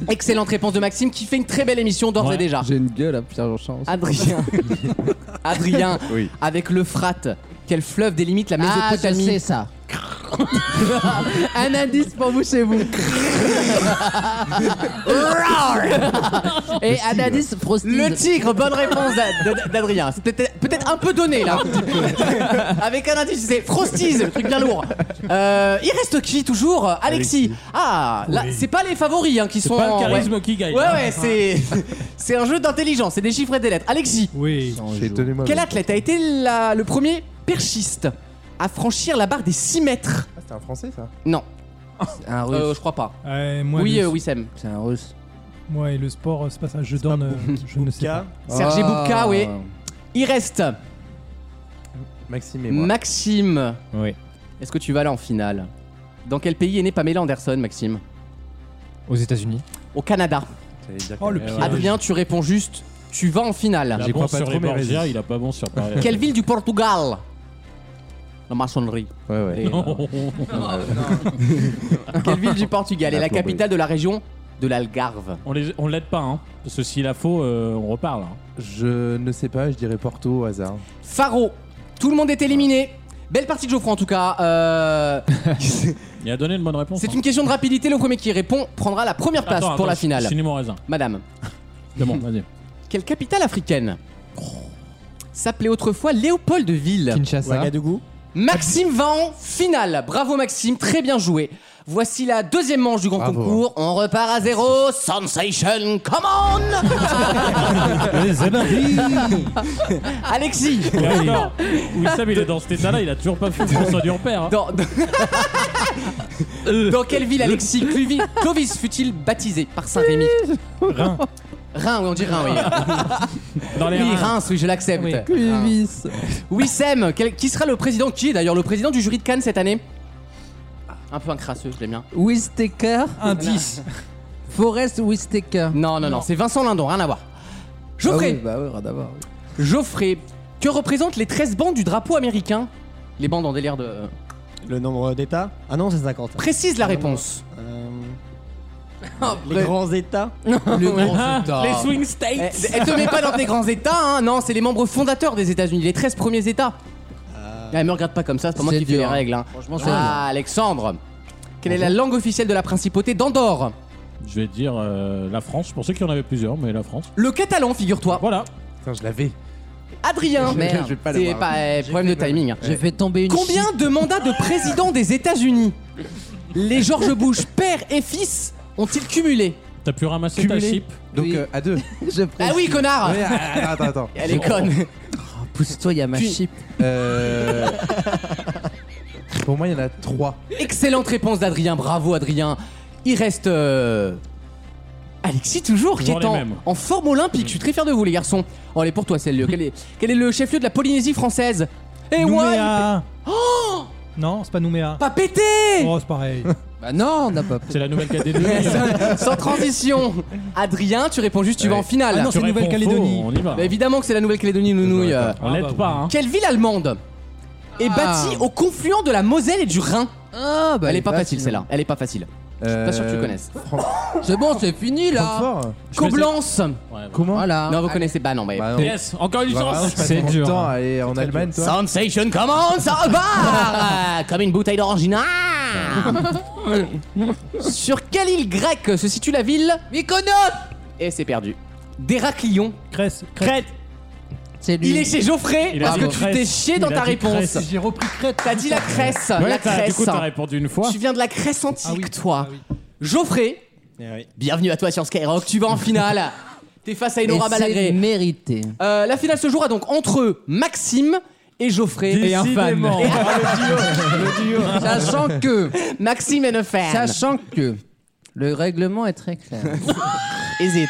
Excellente réponse de Maxime qui fait une très belle émission d'ores
Ouais.
et déjà.
J'ai une gueule à Pierre-Jean Charançon.
Adrien. Adrien,
Oui.
avec le Frate. Quel fleuve délimite la
Ah, je
Mésopotamie
sais ça.
Un indice pour vous chez vous.
Et Ananis Prostine.
Le tigre, bonne réponse d'A- d'A- d'Adrien. C'était peut-être un peu donné là, un petit peu. Avec un indice, c'est Frosties, le truc bien lourd. Euh, il reste qui toujours Alexis. Ah, là, c'est pas les favoris hein, qui sont.
pas le
en-
charisme
ouais.
qui gagne,
Ouais,
hein.
ouais, c'est c'est un jeu d'intelligence, c'est des chiffres et des lettres. Alexis.
Oui.
Quel athlète a été la- le premier perchiste à franchir la barre des 6 mètres
Ah, C'était un français ça
Non.
Un russe.
Euh, je crois pas.
Ouais, moi,
oui,
le-
euh, Wissem.
C'est un russe.
Moi et le sport, euh, c'est pas ça. Je donne. euh, je ne sais pas.
Sergi Boubka, oui. Il reste
Maxime et moi.
Maxime.
Oui.
Est-ce que tu vas là en finale Dans quel pays est né Pamela Anderson, Maxime
Aux États-Unis. Ah
Au Canada.
Oh, le piège.
Euh, Adrien, tu réponds juste. Tu vas en finale.
Il a bon sur les Borgia, il a pas bon sur Paris.
Quelle ville du Portugal La maçonnerie.
Ouais, ouais.
Et- Quelle ville du Portugal est la
plomberie.
capitale de la région de l'Algarve
On les- on l'aide pas, hein. Parce que s'il a faux, euh, on reparle. hein.
Je ne sais pas, je dirais Porto au hasard.
Faro. Tout le monde est éliminé. Belle partie de Geoffroy en tout cas. Euh,
Il a donné une bonne réponse.
C'est
hein.
une question de rapidité. Le premier qui répond prendra la première place
Attends,
pour la
attends,
finale.
je finis mon raisin.
Madame,
C'est bon, vas-y.
quelle capitale africaine s'appelait autrefois Léopoldville
Kinshasa.
Ouagadougou
Maxime va en finale. Bravo Maxime, très bien joué. Voici la deuxième manche du grand
Bravo.
concours. On repart à zéro. Sensation, come on Alexis
Et alors, Wissam, il est dans cet état-là, il a toujours pas fait François Durper. Hein.
dans, dans quelle ville Alexis Cluvi- Clovis fut-il baptisé par Saint-Rémy
Rhin.
Rhin, oui, on dit Rhin, oui.
Dans les
Oui,
reins.
Reims, oui, je l'accepte.
Oui.
Clévis.
Oui, Sam, quel- qui sera le président Qui est d'ailleurs le président du jury de Cannes cette année Un peu un crasseux, je l'aime bien.
Wisteker.
Indice.
Forest Wisteker.
Non, non, non, c'est Vincent Lindon, rien à voir. Geoffrey,
Ah oui, bah oui, rien à voir, oui.
Geoffrey, que représentent les 13 bandes du drapeau américain Les bandes en délire de. euh,
Le nombre d'États Ah non, c'est 50.
Précise la réponse.
Euh, les grands États
Le grand
Ah, Les swing states.
Elle te met pas dans tes grands états, hein. non, c'est les membres fondateurs des États-Unis, les 13 premiers états. Elle me regarde pas comme ça, c'est pas moi
C'est
qui fais
dur,
les
hein.
règles. hein.
Franchement, c'est.
Ah, Alexandre, quelle est la langue officielle de la principauté d'Andorre
Je vais dire euh, la France, pour ceux qui en avaient plusieurs, mais la France. Ah,
Le catalan, figure-toi.
Voilà.
Putain, je l'avais.
Adrien,
Merde.
je vais pas
c'est
l'avoir.
pas euh, problème de timing. hein.
J'ai fait tomber une.
Combien de mandats de président des États-Unis les George Bush, père et fils, ont-ils cumulé
T'as pu ramasser ta
Cumulé.
chip.
Donc
Oui.
euh, à deux.
chi- Je
Ah oui, connard
Ouais, attends, attends, attends.
Elle est conne.
Oh, Pousse-toi, il y a ma
Tu-
chip.
Euh, Pour moi, il y en a trois.
Excellente réponse d'Adrien, bravo Adrien. Il reste euh, Alexis toujours, qui
Toujours
est
les
en,
mêmes.
en forme olympique. Je suis très fier de vous les garçons. Oh, elle est pour toi celle-là. Quel est, quel est le chef-lieu de la Polynésie française Eh ouais
Nouméa.
Oh
Non, c'est pas Nouméa.
Pas pété
Oh, c'est pareil.
Bah non, on n'a pas.
C'est la nouvelle catégorie.
Sans transition Adrien, tu réponds juste, tu vas en finale.
Ah non, c'est
Tu réponds
Nouvelle-Calédonie.
faux, On y va.
Bah, évidemment que c'est la Nouvelle-Calédonie, nounouille. euh.
On l'aide pas, hein.
Quelle ville allemande est
Ah.
bâtie au confluent de la Moselle et du Rhin
Ah, bah
Elle est pas facile
sinon.
celle-là, elle est pas facile.
Pas
sûr que tu connaisses.
C'est bon, c'est fini là.
Francfort
Coblence
Ouais, bah.
Comment
Voilà.
Non, vous connaissez pas, non, mais.
Bah non.
Yes, encore une
Bah,
chance.
vraiment, je passe
C'est
mon
dur,
temps
hein.
Ah,
à aller en Allemagne, toi.
Sensation commence à barre Comme une bouteille d'orangina Sur quelle île grecque se situe la ville Mykonos Et c'est perdu. Déraclion.
Crèce. Crèce.
Crète
C'est lui.
Il est chez Geoffrey
Il a
parce
dit
que tu
Crète.
t'es chié
Il
dans
a
ta
dit
réponse.
Crète.
J'ai repris Crète.
T'as dit la Crèce,
Ouais,
la
t'as-
Crèce.
Du coup, t'as répondu une fois.
Tu viens de la Crèce antique,
Ah oui,
toi.
ah oui.
Geoffrey,
Eh oui.
bienvenue à toi sur Skyrock. Tu vas en finale. T'es face à
Et
Enora
c'est
Malagré.
mérité.
Euh, la finale se jouera donc entre Maxime et Geoffrey et un fan.
Décidément.
Sachant que.
Maxime est un fan.
Sachant que. Le règlement est très clair.
Hésite.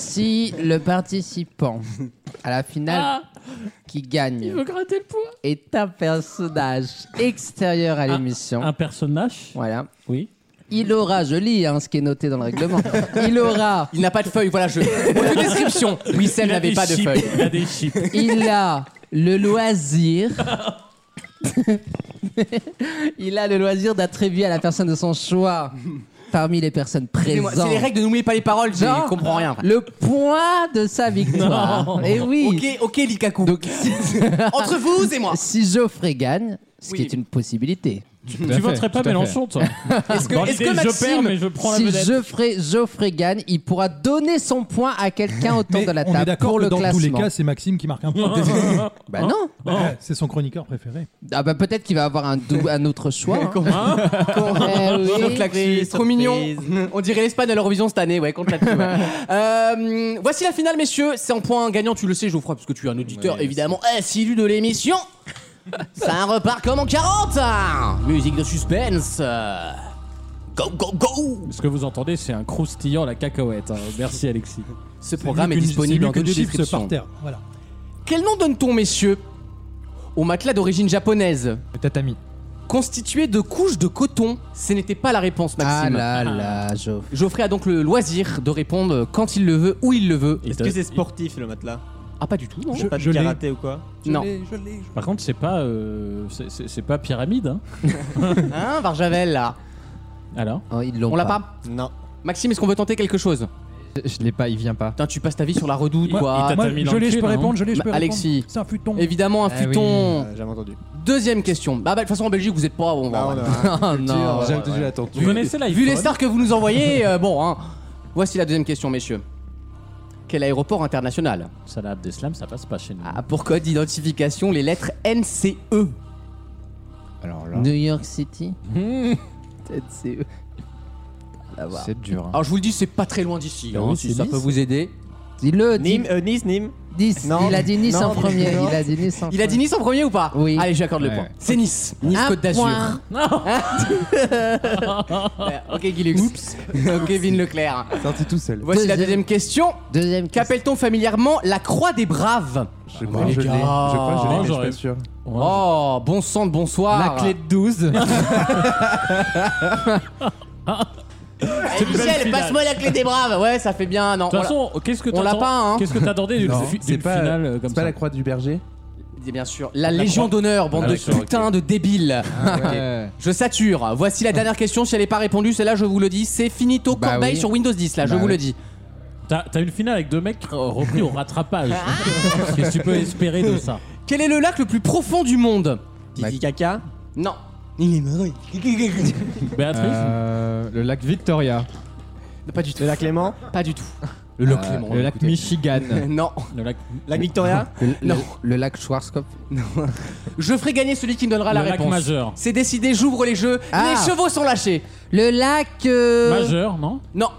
si le participant à la finale qui gagne est un personnage extérieur à l'émission,
Un personnage
voilà,
Oui.
il aura, je lis hein, ce qui est noté dans le règlement, il aura,
Il n'a pas de feuille, voilà, je. Aucune description. Wissem
Il a
n'avait
des
pas de
chips,
feuille.
Il a des chips.
il a le loisir. il a le loisir d'attribuer à la personne de son choix parmi les personnes
Excusez-moi, C'est
présentes
les règles de n'oubliez pas les paroles, je
Genre,
comprends rien.
le point de sa victoire. Et oui.
Ok, ok, Likaku.
Donc, si-
Entre vous et moi.
Si Geoffrey gagne, ce qui est une possibilité.
Tu, voterais pas Mélenchon, toi
Est-ce que,
Dans
est-ce que
l'idée, je
Maxime,
perds, mais je prends la
si
vedette.
Geoffrey, Geoffrey gagne, il pourra donner son point à quelqu'un autour
Mais
de la
on est
table
d'accord
pour
que
le
dans
classement
tous les cas, c'est Maxime qui marque un point.
Bah non.
Bah, c'est son chroniqueur préféré.
Ah bah peut-être qu'il va avoir un, dou- un autre choix. hein. Eh oui.
Contre la clé, trop mignon. On dirait l'Espagne à l'Eurovision cette année, ouais, contre la clé, ouais. Euh, voici la finale, messieurs. C'est en point gagnant, tu le sais, Geoffroy, parce que tu es un auditeur, évidemment, assidu de l'émission. Ça repart comme en 40 Musique de suspense euh, Go, go, go
Ce que vous entendez, c'est un croustillant la cacahuète. hein. Merci Alexis.
Ce programme est disponible en
deux
description.
par terre. Voilà.
Ah,
Quel nom donne-t-on, messieurs, au matelas d'origine japonaise
Tatami.
Constitué de couches de coton Ce n'était pas la réponse,
Ah
Maxime.
là là, Geoffrey.
Geoffrey a donc le loisir de répondre quand il le veut, où il le veut.
Est-ce que c'est sportif le matelas
Ah, pas du tout, non
Je, pas de
je l'ai.
karaté ou quoi
Je
Non.
l'ai, je l'ai, je-
Par contre, c'est pas, euh, c'est- c'est c'est pas pyramide. hein.
Hein, Varjavel, là
Alors,
Ah,
Oh, ils l'ont
On l'a pas
Non.
Maxime, est-ce qu'on veut tenter quelque chose
Je, je l'ai pas, il vient pas.
Putain, tu passes ta vie sur la redoute,
Moi-
quoi.
il t'a-
Moi,
t'as mis dans
je l'ai,
le
je peux
cul, non
répondre, je l'ai, je
Bah,
peux
Alexis.
répondre. C'est un futon.
Évidemment, un
Ah oui.
futon.
Euh, Jamais entendu.
Deuxième question. Bah, bah, de toute façon, en Belgique, vous êtes pas. on va-
Bah, on
Ah, non.
Jacques de l'attente.
vous connaissez l'iPhone
Vu les stars que vous nous envoyez, euh, bon, hein. Voici la deuxième question, messieurs. Quel aéroport international
Salah Abdeslam, ça passe pas chez nous.
a pour code d'identification les lettres E NCE
Alors là,
New York City. Peut-être c'est eux. À voir.
c'est dur. hein.
Alors, je vous le dis, c'est pas très loin d'ici,
Ah
hein,
oui,
si
c'est
ça
Nice.
peut vous aider.
Dis-le, dis-
Nîmes, euh, Nice, Nîmes
dis-
Non.
il a dit Nice
Non.
en premier.
Non.
Il a dit Nice en
Il a dit
premier.
Nice en premier ou pas
Oui.
Allez, je lui accorde le
Ouais.
point. C'est Nice. Nice,
Un
Côte d'Azur.
point.
Ouais, ok, Guilux. Oups. Kevin Leclerc.
Sorti tout seul.
Voici la
Deuxième.
deuxième question.
Deuxième question.
Qu'appelle-t-on familièrement la croix des braves
Ah,
Je crois
mais
que je
les
l'ai. Je
gars.
crois que je l'ai,
Non,
mais je suis
Ah, j'aurais-
pas sûr.
Oh, bon sang de bonsoir.
La clé de 12.
Eh, Michel,
finale.
passe-moi la clé des braves. Ouais, ça fait bien. Non,
De toute
on
façon, qu'est-ce que
on l'a
t'attends-
pas, hein.
Qu'est-ce que t'attendais d'une
Non,
fi- d'une
c'est pas-
finale euh, comme
C'est pas
ça
la croix du berger
l'a- bien sûr. La, Légion d'honneur, bande
Ah,
de
d'accord, ok.
putains de débiles.
Ouais.
Je sature. Voici la dernière question. Si elle n'est pas répondue, celle-là, je vous le dis, c'est finito
Bah
corbeille
oui.
sur Windows 10. Là, je
Bah
vous
oui.
le dis.
T'as t'as une finale avec deux mecs euh,
Oh.
repris au rattrapage. Qu'est-ce que tu peux espérer de ça
Quel est le lac le plus profond du monde
Tiki Kaka
Non.
Béatrice
Euh, le lac Victoria.
Pas du tout.
Le lac Clément
Pas du tout. Le lac
Euh,
Clément.
le lac
écoutez.
Michigan.
Non.
Le lac-
Lac Victoria
Le, le- le lac Schwarzkopf.
Je ferai gagner celui qui me donnera Ah, la
le lac
réponse.
majeur.
C'est décidé, j'ouvre les jeux.
Ah.
Les chevaux sont lâchés.
Le lac. euh,
Majeur, non
Non.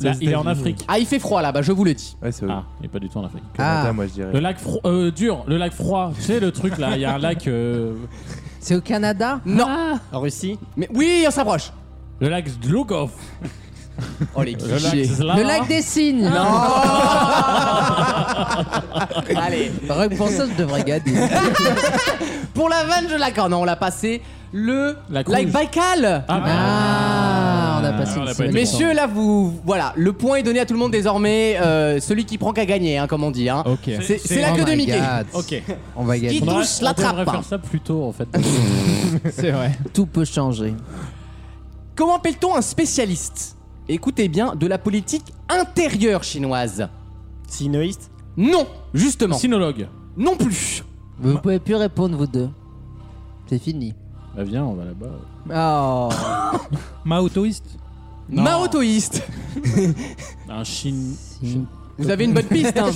Là, Il est en
États-Unis.
Afrique.
Ah, il fait froid là-bas, je vous le dis.
Ouais, c'est
Ah, il est pas du tout en Afrique.
Ah,
Canada, moi je
Le
dirais.
lac fro- euh, dur, le lac froid. Tu sais, le truc là, il y a un lac. euh,
c'est au Canada
Non.
En Russie
Mais oui, on s'approche.
le lac Zlugov.
Oh les
Le lac
clichés.
Zlava.
Le lac des cygnes. Ah,
Allez,
Pour ça, je devrais gagner.
pour la vanne, je l'accorde. Non, on l'a passé. Le
Lac
lac
rouge.
Baïkal.
Ah,
Ah, on a passé
on
une
a pas
semaine.
été
Messieurs, là vous. Voilà, le point est donné à tout le monde désormais. Euh, celui qui prend qu'à gagner, hein, comme on dit. Hein.
Ok.
C'est-
c'est-
C'est la
Oh
queue de
my
Mickey.
God.
Ok.
On va gagner.
Qui
devrait-
touche la
devrait
trappe. hein.
faire ça plus tôt en fait.
C'est vrai.
Tout peut changer.
Comment appelle-t-on un spécialiste Écoutez bien, de la politique intérieure chinoise.
Sinoïste
Non, justement.
Sinologue.
Non plus.
Vous pouvez plus répondre, vous deux. C'est fini.
Bah viens, on va là-bas.
Oh.
Mao Toist
Maotoïste.
Un Chine.
Vous avez une bonne piste. Hein.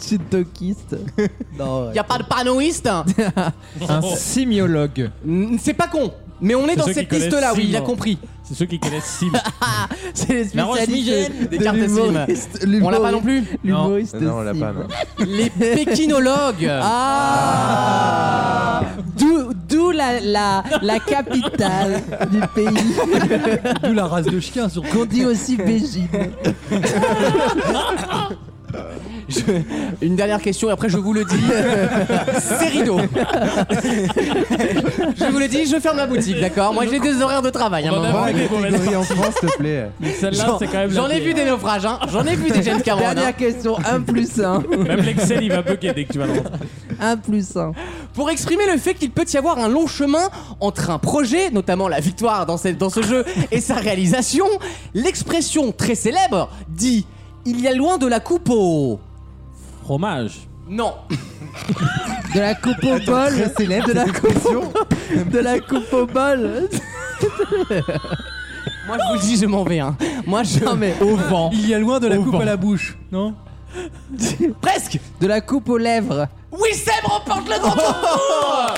Chintokiste. Non.
Y a pas de panoïste.
Un
Oh,
simiologue.
Mm, C'est pas con. Mais on est,
C'est
dans
ceux
cette
qui connaissent
liste-là, oui,
Sim,
il a
hein.
compris.
C'est ceux qui connaissent Sim.
Ah,
C'est les
La Roche-Migène
spécialistes
des cartes à cinéma. On l'a pas non plus.
L'humoriste
Non, on l'a
cible.
pas, non.
Les pékinologues.
Ah D'où d'où la, la, la capitale du pays
D'où la race de chien, surtout.
qu'on dit aussi Bégine.
Une dernière question et après je vous le dis. C'est rideau. je vous le dis, je ferme la boutique, d'accord Moi j'ai des horaires de travail. hein, à un
On en a
moment.
Ouais,
Prends
mais
une
bon, vas-y.
catégorie en France, s'il te plaît.
Mais Celle-là, c'est quand même.
J'en
la
ai vu des
pire.
naufrages, hein. J'en ai vu des James Cameron. hein.
Dernière question, 1 plus 1.
Même l'Excel, il va bugger dès que tu vas le rentrer.
1 plus 1.
Pour exprimer le fait qu'il peut y avoir un long chemin entre un projet, notamment la victoire dans, cette- dans ce jeu, et sa réalisation, l'expression très célèbre dit Il y a loin de la coupe au.
Fromage.
Non.
De la coupe au bol, c'est de la coupe au... de la coupe au bol.
Moi, je vous le dis, je m'en vais. Hein. Moi, je.
Non, mais-
Au vent.
Il y a loin de la
Au
coupe
vent.
à la bouche, non
Presque
De la coupe aux lèvres.
Wissem remporte le grand tour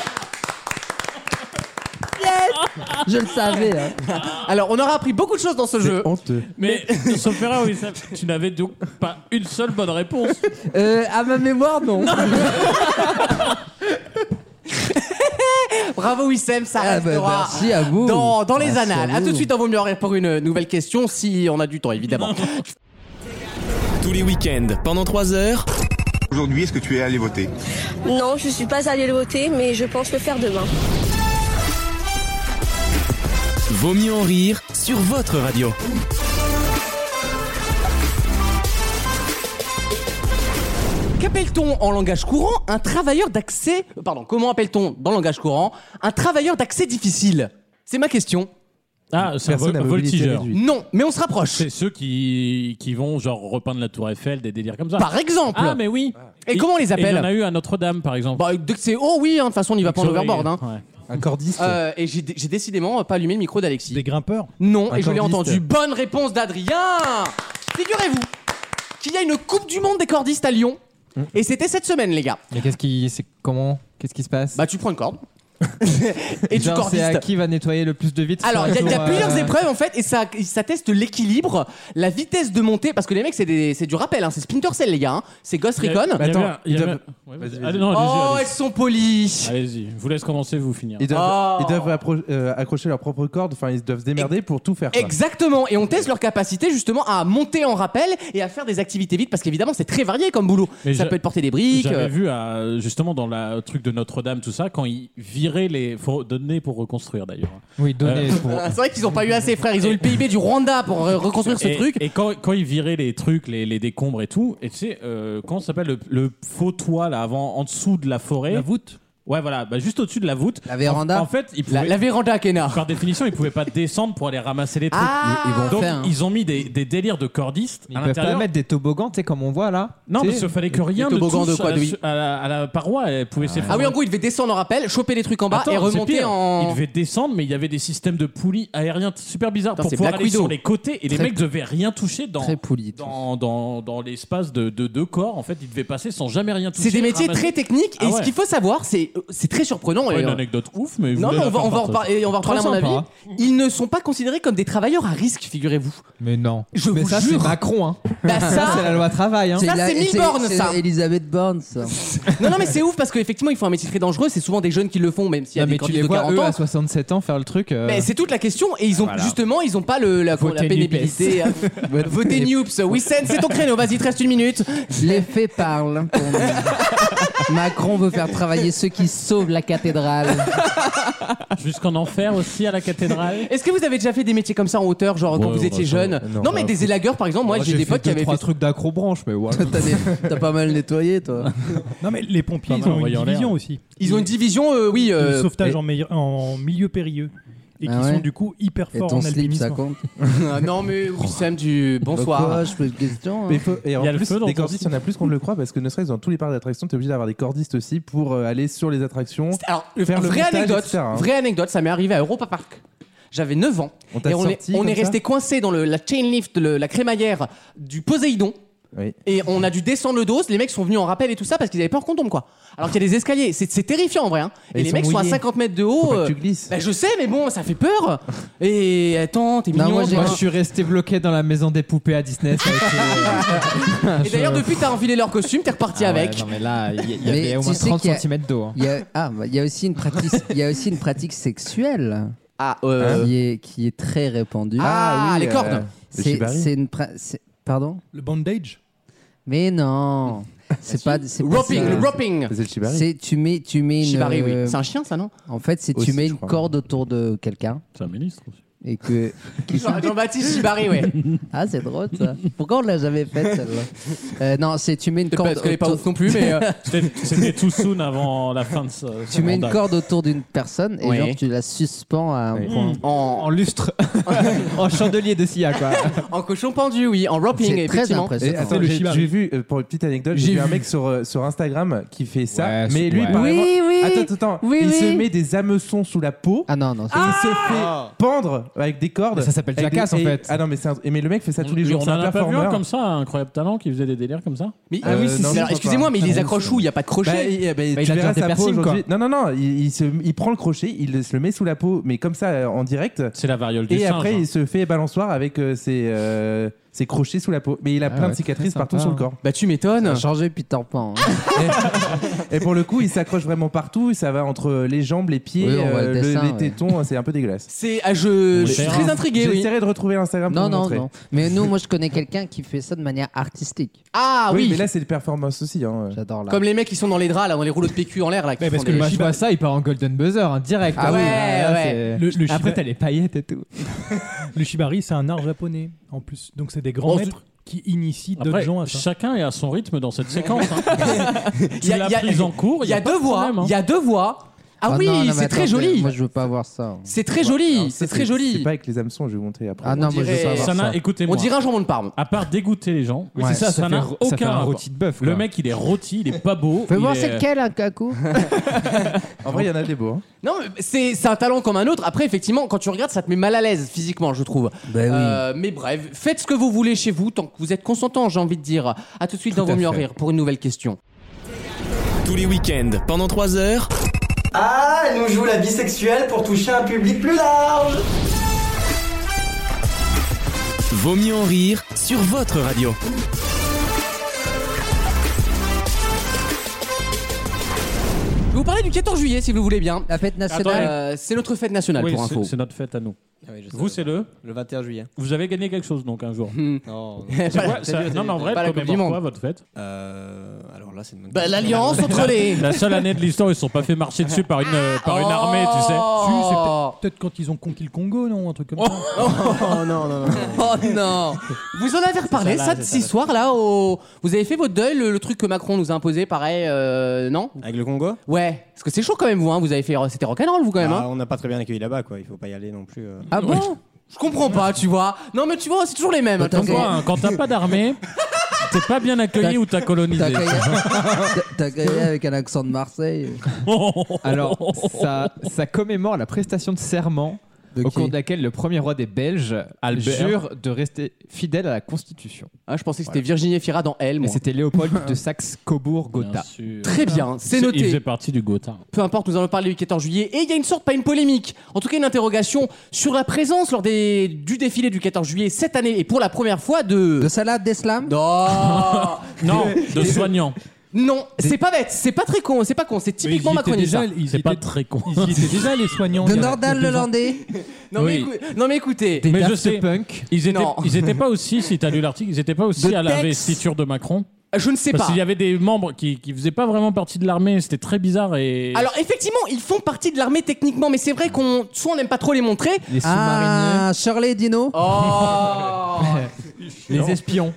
Je le savais. hein.
Alors, on aura appris beaucoup de choses dans ce jeu.
Honteux.
Mais, sauf erreur, oui, ça- tu n'avais donc pas une seule bonne réponse.
Euh, à ma mémoire, non.
Bravo Wissem, ça
Ah, bah,
restera
merci à vous.
dans, dans les
Merci
annales.
à
À, tout de
vous.
suite, on vaut mieux en rire pour une nouvelle question, si on a du temps, évidemment.
Tous les week-ends, pendant 3 heures.
Aujourd'hui, est-ce que tu es allé voter
Non, je suis pas allée le voter, mais je pense le faire demain.
Vaut mieux en rire sur votre radio.
Qu'appelle-t-on en langage courant un travailleur d'accès. Pardon, comment appelle-t-on dans le langage courant un travailleur d'accès difficile C'est ma question.
Ah, c'est un vol-
Personne à mobilité
voltigeur.
réduite.
Non, mais on se rapproche.
C'est ceux qui, qui vont genre repeindre la tour Eiffel, des délires comme ça.
Par exemple.
Ah, mais oui.
Et comment on les appelle
Il y en a eu à Notre-Dame, par exemple.
Bah, dès que c'est. Oh oui, hein, de toute façon, on y va pas en
Sauvé,
overboard. Hein.
ouais.
Un cordiste.
Euh, et j'ai dé- j'ai décidément pas allumé le micro d'Alexis.
Des grimpeurs
Non,
Un
et je l'ai
cordiste.
entendu. Bonne réponse d'Adrien Figurez-vous qu'il y a une Coupe du Monde des cordistes à Lyon. Et c'était cette semaine, les gars.
Mais qu'est-ce qui. C'est comment Qu'est-ce qui se passe
Bah, tu prends une corde. et tu
Genre, C'est à
cordistes.
qui va nettoyer le plus de vitres
Alors, il y a,
sur
il y a
la tour,
plusieurs
euh,
épreuves en fait, et ça, ça teste l'équilibre, la vitesse de montée, parce que les mecs, c'est des- c'est du rappel, hein, c'est Splinter Cell, les gars, hein. c'est Ghost
Il y a-
Recon.
il y avait
Attends,
un- il y
ils
avait
doivent-
un- ouais,
Vas-y,
vas-y.
vas-y.
Ah, non,
Oh,
allez-y,
elles sont polies
allez-y. Allez-y. Je vous laisse commencer, vous finir.
Ils doivent,
Oh.
ils doivent appro- euh, accrocher leur propre corde, enfin ils doivent se démerder pour tout faire. quoi.
Exactement, et on teste leur capacité justement à monter en rappel et à faire des activités vite, parce qu'évidemment, c'est très varié comme boulot.
Mais
ça
je-
peut être porter des briques.
J'avais
euh,
vu à- justement dans la- le truc de Notre-Dame, tout ça, quand ils viraient les. Faut donner pour reconstruire d'ailleurs.
Oui, donnez.
Euh,
pour-
C'est vrai qu'ils ont pas eu assez, frère. Ils ont eu le PIB du Rwanda pour euh, reconstruire ce
et,
truc.
Et quand, quand ils viraient les trucs, les, les décombres et tout, et tu sais, euh, comment ça s'appelle le, le faux toit là avant, en dessous de la forêt
La voûte
Ouais, voilà, bah, juste au-dessus de la voûte.
La véranda
En, en fait, ils
La,
pouvaient-
la véranda à Kénard.
par définition, ils pouvaient pas descendre pour aller ramasser les trucs.
Ah
Ils- ils vont
Donc,
faire, hein.
ils ont mis des, des délires de cordistes
Ils
à
peuvent pas
l'intérieur.
mettre des toboggans, tu sais, comme on voit là.
Non,
tu
parce
sais.
qu'il fallait que rien de
toboggans
touche
de quoi,
à, la,
de-
su- à la- à la paroi, elle pouvait s'effondrer.
Ah oui, en gros, il devait descendre en rappel, choper les trucs en bas
Attends,
et
c'est
remonter
pire. Il
en.
devait descendre, mais il y avait des systèmes de poulies aériens t- super bizarres
Attends,
pour
c'est
pouvoir
Black
aller sur
Widow.
les côtés et les
Très-
mecs devaient rien toucher dans
Très poli. tout.
dans, dans, dans l'espace de, de deux corps. En fait, ils devaient passer sans jamais rien toucher.
C'est des métiers
ramasser-
très techniques et
Ah ouais.
ce qu'il faut savoir, c'est c'est très surprenant.
Ouais,
et,
une
euh,
anecdote ouf, mais je
non,
voulais
mais
la
on va,
faire
on va en
partager.
reparler, on va en
Trop
reparler à mon
sympa,
avis. Ils ne sont pas considérés comme des travailleurs à risque, figurez-vous.
Mais non.
Je
mais
vous
ça, c'est
jure.
Macron, hein.
Bah ça,
Ça, c'est la loi travail, hein.
Ça,
la-
c'est mille bornes, ça.
Elisabeth Borne, ça.
non, non, mais c'est ouf parce qu'effectivement, ils font un métier très dangereux. C'est souvent des jeunes qui le font, même s'il y
Non,
a des
mais tu
candidats
les
de
vois,
40
eux,
ans.
à 67 ans, faire le truc. euh,
Mais c'est toute la question et ils ont
Voilà.
justement ils ont pas le, la,
Votez
la pénibilité. hein. Votez Noops, Wissen, c'est ton créneau, vas-y, te reste une minute.
Les faits parlent. pour nous. Macron veut faire travailler ceux qui sauvent la cathédrale.
Jusqu'en enfer aussi à la cathédrale.
Est-ce que vous avez déjà fait des métiers comme ça en hauteur, genre quand
Ouais,
vous
ouais,
étiez
ça,
jeune
ouais.
Non,
Non,
mais
bah,
des élageurs par exemple, moi Ah, j'ai des
fait
potes qui
deux,
avaient
trois
fait.
trucs d'accrobranche, mais voilà.
T'as des- T'as pas mal nettoyé, toi.
Non, mais les pompiers,
Pas
ils
mal,
ont une
envoyé en l'air.
division aussi.
Ils ont une division, euh, oui.
de
euh,
sauvetage
et-
en, meilleur- en milieu périlleux. Et
Ah
qui
ouais
sont du coup hyper
Et
forts
ton
en
slip, ça
alpinisme.
compte
euh, non mais oui, Sam du bonsoir.
Pourquoi Ah, Je pose une question.
Mais
hein.
il faut- et en
Il y a le
plus,
feu dans
des
ton
cordistes, il
slip.
y en a plus qu'on ne le croit parce que ne serait-ce dans tous les parcs d'attractions, t'es obligé d'avoir des cordistes aussi pour euh, aller sur les attractions.
Alors
Faire le
vraie
montage,
anecdote,
etc., hein.
vraie anecdote, ça m'est arrivé à Europa Park. J'avais 9 ans
On t'a
et on est,
sorti
on
comme
est
ça
resté coincé dans le, la chain lift, le- la crémaillère du Poséidon.
Oui.
Et on a dû descendre le dos, les mecs sont venus en rappel et tout ça parce qu'ils avaient peur qu'on tombe quoi. Alors qu'il y a des escaliers, c'est c'est terrifiant en vrai. hein.
Et
Et
ils
les
sont
mecs sont à
mouillés.
50 mètres de
Faut
haut.
pas que
euh,
tu glisses.
bah, je sais, mais bon, ça fait peur. Et attends, t'es
Non,
mignon.
moi, j'ai-
toi.
Moi, je suis resté bloqué dans la maison des poupées à Disney. ça a été-
Et d'ailleurs, depuis, t'as enfilé leur costume, t'es reparti
Ah ouais,
avec.
non, mais là, il y, il y
Mais
avait au
tu
moins
sais
30
qu'il y a-
cm d'eau. hein.
Il y a, ah, bah, il y a aussi une pratique, il y a aussi une pratique sexuelle
Ah, euh,
qui est qui est très répandue. euh,
Ah, les cordes.
le
C'est
shibari.
c'est une pra- c'est- pardon
Le bandage
Mais non, c'est pas c'est pas
roping,
ça.
le roping.
C'est le shibari.
C'est tu mets tu mets une
Shibari, oui.
euh,
C'est un chien, ça, non
en fait c'est
Aussi,
tu mets
je
une
crois.
corde autour de quelqu'un
C'est un ministre aussi.
Et que. qui
Jean-
sont-
Jean-Baptiste Chibari, ouais.
Ah, c'est drôle ça. Pourquoi on l'a jamais faite celle-là Euh, Non, c'est tu mets une corde.
parce qu'elle est pas
autour-
ouf non plus, mais, euh,
C'était c'était tout soon avant la fin de ce.
Tu mets une corde autour d'une personne et
Oui.
genre tu la suspends à un point.
En, lustre.
en Oh, chandelier de silla, quoi.
en cochon pendu, oui. En roping,
C'est très
effectivement.
impressionnant.
Et attends, j'ai j'ai vu, euh, pour une petite anecdote,
J'ai
j'ai vu un
vu.
mec sur, euh, sur Instagram qui fait ça,
Ouais,
mais
c'est-
lui,
ouais.
par
Oui,
exemple-
oui.
attends, attends, attends.
Oui,
il
oui.
se met des hameçons sous la peau.
Ah non, non.
Et il se fait pendre avec des cordes.
Ah. Mais ça s'appelle
Avec
Jackass,
des-
en
et-
fait.
Ah non, mais, c'est un- et mais le mec fait ça tous les
Mais
jours.
On
c'est
en
un
a pas vu un
performer.
comme ça, un incroyable talent qui faisait des délires comme ça
Mais
Ah oui, si, si,
alors,
je crois
excusez-moi,
pas.
mais il
Ah
les
oui,
accroche
c'est vrai.
où Il n'y a pas de crochet.
Bah, et- eh ben,
Bah,
tu
il a
verras
déjà des
sa peau
piercings, quoi.
aujourd'hui. Non, non, non, il, il se, il prend le crochet, il se le met sous la peau, mais comme ça, euh, en direct.
C'est la variole du
Et
singe,
après,
hein.
il se fait balançoire avec euh, ses, euh, ses crochets sous la peau. Mais il a plein
Ah ouais,
de cicatrices
très
partout
sympa,
sur le
hein.
corps.
Bah, tu m'étonnes.
Changer puis t'en pends. hein.
Et pour le coup, il s'accroche vraiment partout. Ça va entre les jambes, les pieds,
Oui, on voit le
euh, le-
dessin,
les
ouais.
tétons. C'est un peu dégueulasse.
C'est, ah, je,
On
je suis
verra.
très intrigué, oui.
J'essaierai de retrouver l'Instagram pour
Non,
vous
non,
montrer.
non. Mais nous, moi, je connais quelqu'un qui fait ça de manière artistique.
Ah oui,
mais là, c'est des performances aussi. hein.
J'adore là.
comme les mecs qui sont dans les draps, là, dans les rouleaux de PQ en l'air, là. qui
parce
font
que
des-
le Shiba, ça, il part en golden buzzer, hein, direct.
Ah ouais,
là,
ouais.
c'est-
Le- le
Après,
Shiba-
t'as les paillettes et tout.
Le shibari, c'est un art japonais en plus. Donc c'est des grands
Oh,
maîtres qui initient d'autres
Après,
gens à ça.
chacun est à son rythme dans cette séquence. hein.
Il y
Tu
a-
l'as
il y a-
prise en cours.
Il y a
pas
deux
de
voix.
problème, hein.
Il y a deux voix. Ah
Oh
oui,
non, non, mais
c'est
attends,
très joli.
Moi, je veux pas voir ça. hein.
C'est très joli.
Alors, ça,
C'est très
C'est
joli.
pas avec les hameçons, je vais vous montrer après.
Ah non, moi, je veux
dirait-
pas voir
Ça
ça.
n'a, écoutez-moi,
On dirait un jambon de Parme.
à part dégoûter les gens,
Ouais, ça,
ça
fait
n'a
ro- ça fait
aucun
un
rapport.
rôti de bœuf, quoi.
Le mec, il est rôti, il est pas beau.
Fais
il
voir hein,
est-
c'est lequel, un cacou
En vrai, il y en a des beaux. hein.
Non, mais c'est c'est un talent comme un autre. Après, effectivement, quand tu regardes, ça te met mal à l'aise physiquement, je trouve.
Ben oui.
Euh, mais bref, faites ce que vous voulez chez vous tant que vous êtes consentant, j'ai envie de dire. À tout de suite dans Vaut mieux en rire pour une nouvelle question.
Tous les week-ends, pendant 3 heures,
Ah, elle nous joue la bisexuelle pour toucher un public plus large.
Vaut mieux en rire sur votre radio.
Je vais vous parler du 14 juillet, si vous voulez bien.
La fête nationale.
Attendez.
Euh, c'est notre fête nationale
Oui,
pour
c'est-
info.
c'est notre fête à nous.
Ah
Vous, c'est le
Le 21 juillet.
Vous avez gagné quelque chose donc un jour.
Non.
C'est quoi, ça- non, mais en vrai,
pas la Coupe du
commémore
Monde.
quoi votre fête
Euh, alors là, c'est une bonne
Bah,
question.
L'alliance entre les.
La seule année de l'histoire, ils se sont pas fait marcher dessus par une, euh, par une armée, tu sais.
Si, c'est
Oh,
peut-être- peut-être quand ils ont conquis le Congo, non Un truc comme ça.
Oh non, non, non.
Oh non Vous en avez reparlé,
ça,
ça,
là,
de
c'est
ce
ça, là.
soir, là, au... Vous avez fait votre deuil, le, le truc que Macron nous a imposé, pareil, euh, non
Avec le Congo
Ouais, parce que c'est chaud quand même, vous, hein. Vous avez fait... C'était rock'n'roll, vous, quand même, hein
Ah, On n'a pas très bien accueilli là-bas, quoi. Il faut pas y aller non plus. euh.
Ah bon
Je comprends pas, tu vois. Non, mais tu vois, c'est toujours les mêmes.
Attends,
Attends,
Comme
Ok.
quoi, hein, quand t'as pas d'armée, t'es pas bien accueilli
T'as-
ou t'as
T'as
colonisé.
grillé- t'as- T'as grillé avec un accent de Marseille.
Alors, ça, ça commémore la prestation de serment
De
au
qui
cours de laquelle le premier roi des Belges
Albert.
jure de rester fidèle à la Constitution.
Ah, je pensais que c'était Virginie Fira dans Elle,
Et
moi.
c'était Léopold de Saxe-Cobourg-Gotha.
Très bien, c'est
Il
noté.
faisait partie du Gotha.
Peu importe, nous allons parler du 14 juillet. Et il y a une sorte, pas une polémique, en tout cas une interrogation sur la présence lors des, du défilé du 14 juillet cette année et pour la première fois de.
De salade d'Eslam
Non
Non, de soignants.
Non, c'est pas bête, c'est pas très con, c'est pas con, c'est
Mais ils y
typiquement hein.
étaient
macronien.
déjà,
ça.
ils y
C'est pas
étaient-
très con.
Ils y étaient déjà les soignants.
De
il y a-
Nordal
il y a deux ans.
Lelandais
Non, mais
Oui.
écou- non mais écoutez,
Mais je
Daft
sais,
Punk.
ils étaient,
Non.
ils étaient pas aussi, si t'as lu l'article, ils étaient pas aussi
De
à la
Tex.
vestiture de Macron.
je ne sais
Parce
pas.
qu'il y avait des membres qui, qui faisaient pas vraiment partie de l'armée, c'était très bizarre et.
Alors effectivement, ils font partie de l'armée techniquement, mais c'est vrai qu'on soit on n'aime pas trop les montrer.
Les sous-mariniers,
Ah, Shirley et Dino
Oh
les espions.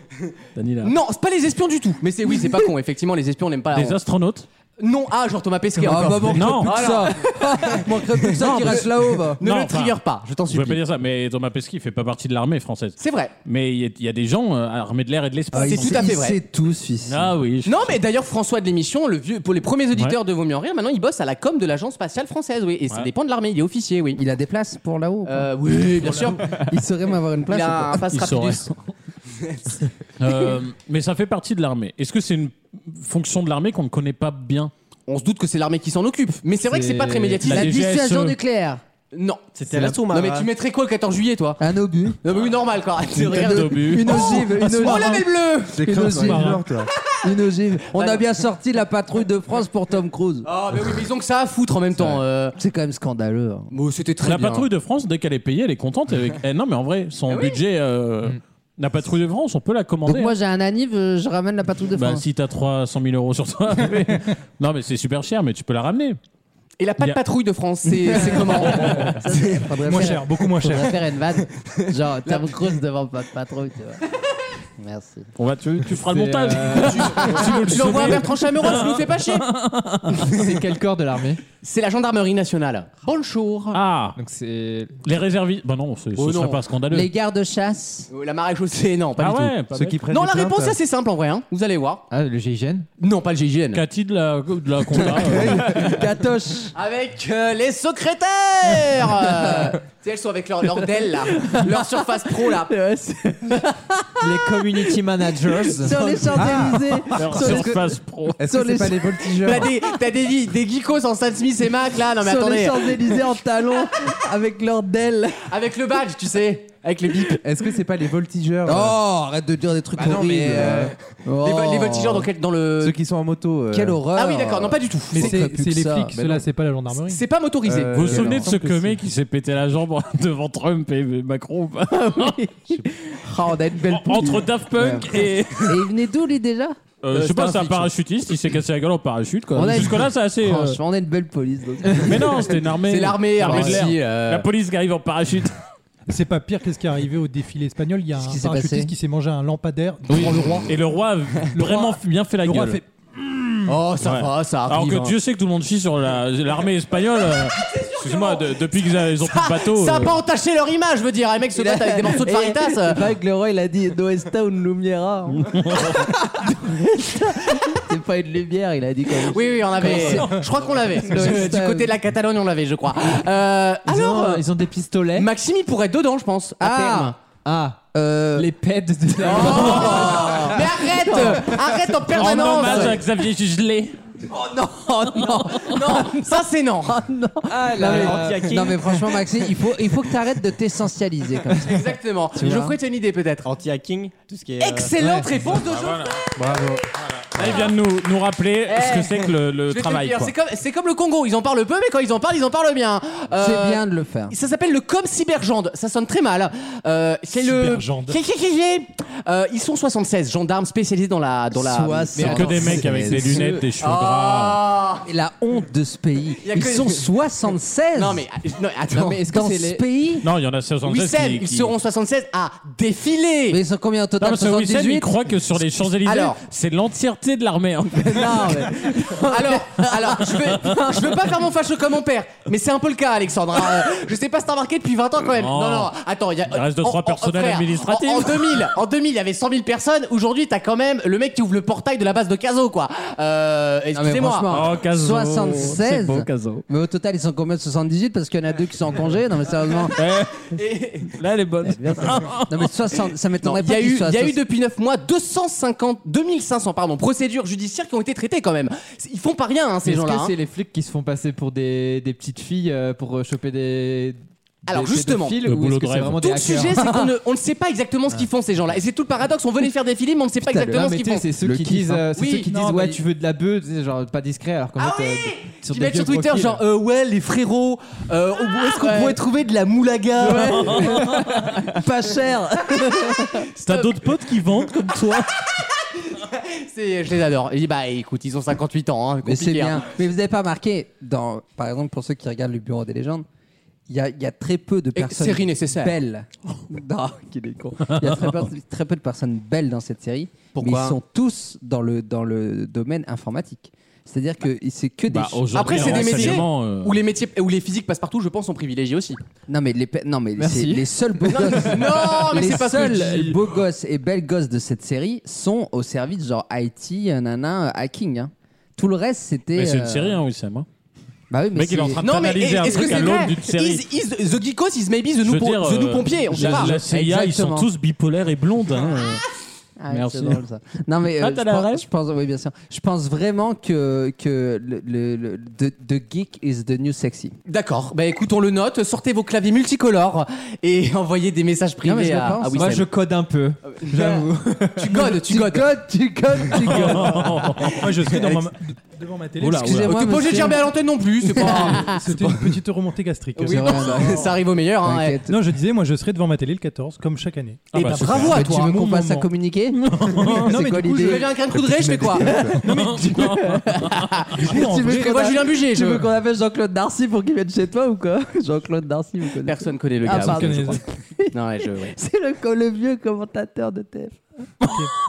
Daniela.
Non, c'est pas les espions du tout. Mais c'est oui, c'est pas con. Effectivement, les espions, on n'aime pas.
Des
la-
astronautes
Non, ah, genre Thomas Pesquet.
Ah,
encore.
bah, bon,
Non,
Voilà.
Manquerait plus que ça
Non,
qui
mais-
reste là-haut, va.
Ne
Non,
le
enfin,
trigger pas, je t'en
je vais pas
supplie.
dire ça, mais Thomas Pesquet fait pas partie de l'armée française.
C'est vrai.
Mais il y, a- il y a des gens euh, armés de l'air et de l'espace.
C'est
il
tout à
sait-
Ah, fait
il
vrai.
sait tout, celui-ci.
Ah oui. je-
Non, mais d'ailleurs, François de l'émission, le vieux, pour les premiers auditeurs de Vaut mieux en rire, maintenant il bosse à la com de l'agence spatiale française, oui. Et ça
Ouais.
dépend de l'armée, il est officier, oui.
Il a des places pour là-haut
Euh, oui, bien sûr.
Il saurait m'avoir une place
Il
ou
a
pas
un passe
Il
rapidus.
Euh, mais ça fait partie de l'armée. Est-ce que c'est une fonction de l'armée qu'on ne connaît pas bien
On se doute que c'est l'armée qui s'en occupe, mais c'est vrai que c'est pas très médiatique.
La
La
DGSE.
dissuasion nucléaire
Non.
C'était la
Non,
Tourmara.
mais tu mettrais quoi le 14 juillet, toi
Un obus
Non, mais oui, normal, quoi. C'est rien.
tête d'obus.
Une ogive Une ogive
Oh, la belle bleue
J'ai cru
Une
que tu
ogive.
étais mort, toi.
Une ogive On a bien sorti la patrouille de France pour Tom Cruise
Oh, mais oui, mais ils ont que ça à foutre en même temps. euh.
C'est quand même scandaleux hein.
Bon, c'était très
La
bien. Ah
patrouille de France, dès qu'elle est payée, elle est contente. Avec... Eh non, mais en vrai, son budget. euh,
Mm.
La patrouille de France, on peut la commander.
Donc moi j'ai un anniv, euh, je ramène la patrouille de
Bah,
France
si t'as 300 000 euros sur toi, mais- non mais c'est super cher, mais tu peux la ramener.
Et la patte
Il y a-
patrouille de France, c'est c'est comment C'est-
Faudrait
Moins
faire-
cher, beaucoup moins cher.
faudrait faire une vanne. Genre, Tom Cruise devant Pat Patrouille, tu vois. Merci.
On va, tu, tu feras le
C'est,
montage.
euh,
Tu- tu veux le
Tu l'envoies à
sauver.
Bertrand Chameroy, ça nous fait pas chier
C'est quel corps de l'armée
C'est la gendarmerie nationale. Bonjour
Ah
Donc c'est.
Les réservistes. Bah non, ce, ce
Oh
serait
non.
pas scandaleux.
Les gardes-chasse La maréchaussée, non, pas
Ah
du
ouais,
tout.
pas Ceux bête. qui prennent
non,
des
la
plaintes.
euh.
réponse est assez simple en vrai, hein. vous allez voir.
Ah, le GIGN
Non, pas le GIGN.
Cathy de la, de la compta. euh,
Catoche Avec euh, les secrétaires Euh, Tu sais, elles sont avec leur, leur Dell, là. Leur surface pro, là.
Les community managers.
Sur les Champs-Élysées. Ah. Sur les-
Surface Pro.
Est-ce que c'est pas les
voltigeurs
T'as des, t'as des, gui- des geekos en Stan Smith et Mac, là. Non, mais
Sur
attendez.
les Champs-Élysées en talons, avec leur Dell.
Avec le badge, tu sais. Avec les bips.
Est-ce que c'est pas les voltigeurs
Oh,
euh,
arrête de dire des trucs
Bah non,
horribles.
mais, euh,
Oh.
Les, vo- les voltigeurs dans, quel- dans le.
Ceux qui sont en moto. euh,
Quelle horreur.
Ah oui, d'accord, non, pas du tout.
Mais
C'est- Euh,
c'est c'est les flics,
Bah
ceux-là,
non.
c'est pas la gendarmerie.
C'est pas motorisé.
vous vous souvenez
non.
de ce comé qui s'est pété la jambe devant Trump et Macron ou pas
Ah, on a une belle
En- Entre Daft Punk et.
Et il venait d'où, lui, déjà
Euh, je sais
c'est
pas,
un
c'est un
flic,
parachutiste, il s'est cassé la gueule en parachute. quoi.
On a une-
Jusque-là, c'est assez. euh,
Franchement, on a une belle police. donc.
Mais non, c'était une armée. euh,
C'est l'armée,
Armée de
Russie,
l'air.
euh.
La police qui arrive en parachute.
C'est pas pire que ce qui est arrivé au défilé espagnol. Il y a
qui
un
s'est passé
parachutiste qui s'est mangé un lampadaire
Oui.
devant le roi.
Et le roi a vraiment bien fait la
Le
gueule.
roi fait
Oh, ça
Ouais.
va, ça
Alors
arrive.
que
hein. Ah,
Dieu sait que tout le monde chie sur la- l'armée espagnole. euh, Excuse-moi, de- depuis qu'ils ont plus de bateau.
Ça a
euh,
pas entaché leur image, je veux dire. Les mecs se battent avec des morceaux de
Et-
faritas. euh.
C'est pas que le roi il a dit Noesta ou une lumiera. C'est pas une lumière, il a dit quand même.
Oui, oui, on avait.
Comment
Je crois qu'on l'avait.
Ouais,
Du côté de la Catalogne, on l'avait, je crois. Euh,
Ils
alors,
ont,
euh,
ils ont des pistolets.
Maxime, il pourrait être dedans, je pense, à terme.
Ah, ah
euh,
les pèdes de
Oh.
la.
Mais arrête Arrête en
En
permanence Ah,
hommage à Xavier Jugelet.
Oh non, oh non, non, ça c'est non.
Ah, non, mais, non, mais franchement, Maxime, il faut, il faut que t'arrêtes de t'essentialiser comme ça.
Exactement.
Tu vois.
Geoffrey, tu as une idée peut-être Ah,
Anti-hacking, tout ce qui est. euh,
Excellente
Ouais.
réponse de Geoffrey.
Bravo.
Là, Ah, il vient de nous, nous rappeler
Eh.
ce que c'est que le, le
Je vais te le
travail.
dire,
quoi.
C'est comme, c'est comme le Congo, ils en parlent peu, mais quand ils en parlent, ils en parlent bien. Euh,
C'est bien de le faire.
Ça s'appelle le Com Cybergende. Ça sonne très mal. Euh, c'est le.
Cybergende.
Qui- qui- qui- qui- Euh, ils sont 76 gendarmes spécialisés dans la. Dans la...
Soixante-
Il y a que des mecs avec des lunettes, des cheveux gras.
Ah.
Et la honte de ce pays.
Il y a
Ils
que-
sont 76
Non mais non, attends.
Non, mais est-ce que
dans
c'est
ce
les-
pays.
Non, il y en a 76
Wissem,
qui,
ils
qui-
seront 76 à défiler.
Mais ils sont combien au
Non,
total
parce que Wissem, il
78
croit que sur les Champs-Élysées,
Alors.
c'est l'entièreté de l'armée. en fait.
Non, mais-
Alors, alors, je veux, je veux pas faire mon fâcheux comme mon père, mais c'est un peu le cas, Alexandre. hein. Euh, Je sais pas si t'as remarqué depuis 20 ans quand même.
Non.
Non, non, attends, il y a.
Il reste deux,
en-
trois
en-
personnels
frère,
administratifs.
En, en 2000, en 2000, il y avait 100 000 personnes. Aujourd'hui, t'as quand même le mec qui ouvre le portail de la base de Caso, quoi. Euh,
Non, mais
excusez-moi.
franchement,
Oh, Caso,
76.
c'est beau, Caso.
Mais au total, ils sont combien de 78 Parce qu'il y en a deux qui sont en congé. Non, mais sérieusement.
Et-
Là, elle est bonne.
Non, mais 60, ça
Non,
m'étonnerait
Il y
pas.
a
qu'ils
eu,
soient
il y a eu
60.
depuis 9 mois 250, 2500 pardon, procédures judiciaires qui ont été traitées quand même. Ils font pas rien hein, ces
Est-ce que
gens-là. hein.
c'est les flics qui se font passer pour des, des petites filles euh, pour euh, choper des.
Alors,
des
justement,
pédophiles,
Le
ou
boulot
est-ce
de
que c'est
rêve.
vraiment
Tout
des
le
hackers
sujet, c'est qu'on ne, on ne sait pas exactement ce qu'ils font ces gens-là. Et c'est tout le paradoxe. On veut les faire défiler, mais on ne sait pas
Putain,
exactement
non,
ce
mais
qu'ils
tu sais,
font.
C'est ceux
Le
qui
kiff,
disent, euh, c'est
Oui,
ceux qui
non,
disent
bah,
ouais,
il-
tu veux de la beuh, tu sais, genre pas discret, alors qu'en
Ah
fait, euh, sur
Qui
des
mettent sur
vieux
Twitter
profils,
genre euh, ouais les frérots euh, où est-ce qu'on
Ouais.
pourrait trouver de la moulaga
pas cher.
T'as d'autres potes qui vendent comme toi
C'est- je les adore et bah écoute ils ont 58 ans hein,
Mais c'est
compliqué,
bien.
hein.
Mais vous avez pas remarqué, dans, par exemple, pour ceux qui regardent le Bureau des légendes, il y a, il y a très peu de
Et
personnes
série nécessaire.
belles. non, qu'il est con. Il y a très peu, très peu de personnes belles dans cette série.
Pourquoi
mais ils sont tous dans le, dans le domaine informatique. C'est-à-dire que c'est que des.
Bah,
chi-
aujourd'hui,
après c'est
en
des métiers
enseignement, euh,
où les métiers où les physiques passent partout je pense sont privilégiés aussi
non, mais les, pe- non, mais
Merci.
c'est les seuls beaux gosses.
non Oh,
Oh,
mais
les
c'est pas ce que je dis.
seuls beaux gosses et belles gosses de cette série sont au service genre IT, euh, nana, euh, hacking. hein. Tout le reste, c'était.
Mais c'est
euh,
une série, hein, Wissem. hein.
Bah oui, mais
mec, il est en
c'est-
train de
non mais eh,
t'analyser un
est-ce que
truc à
c'est
l'aune
vrai
d'une série.
Is- is- the geekos is maybe the
Je
new,
veux
po-
dire,
the new
euh,
pompier on sait
la,
pas
la CIA, ils sont
Exactement.
tous bipolaires et blondes. hein.
Ah, oui,
Merci.
c'est drôle, ça. Non mais euh,
Ah,
je,
t'as la
pense,
ref
je pense- oui bien sûr. Je pense vraiment que que le, le- le- the, the geek is the new sexy.
d'accord bah écoute on le note sortez vos claviers multicolores et envoyez des messages
Non, mais
privés
je le
à,
pense.
à Wissem.
Moi, je code un peu.
Ah tu codes tu codes
God, tu God, tu God.
Moi, je sais, dans ma, devant ma télé.
Oula, Excusez-moi, oula.
T'es pas obligé de
monsieur.
gerber à l'antenne non plus, c'est pas.
C'était
Ah, une petite remontée gastrique.
Oui, non, ça arrive au meilleur. hein, ouais.
Non, je disais, moi, je serai devant ma télé le 14, comme chaque année.
Eh ben, bravo à toi.
Mon moment.
communiquer
Non, mais
C'est quoi
du coup, je
l'idée
vais lui
un coup de raie, je fais quoi
Non, mais du coup,
Tu
en vrai-
qu'on
Moi,
a-
Julien Bugier,
Tu
je-
veux qu'on appelle Jean-Claude Darcy pour qu'il vienne chez toi ou quoi Jean-Claude Darcy, vous connaissez
Personne connaît le
Ah,
gars. vous
pardon.
connaissez, je crois. Non, ouais, je. ouais.
C'est le, co- le vieux commentateur de TF.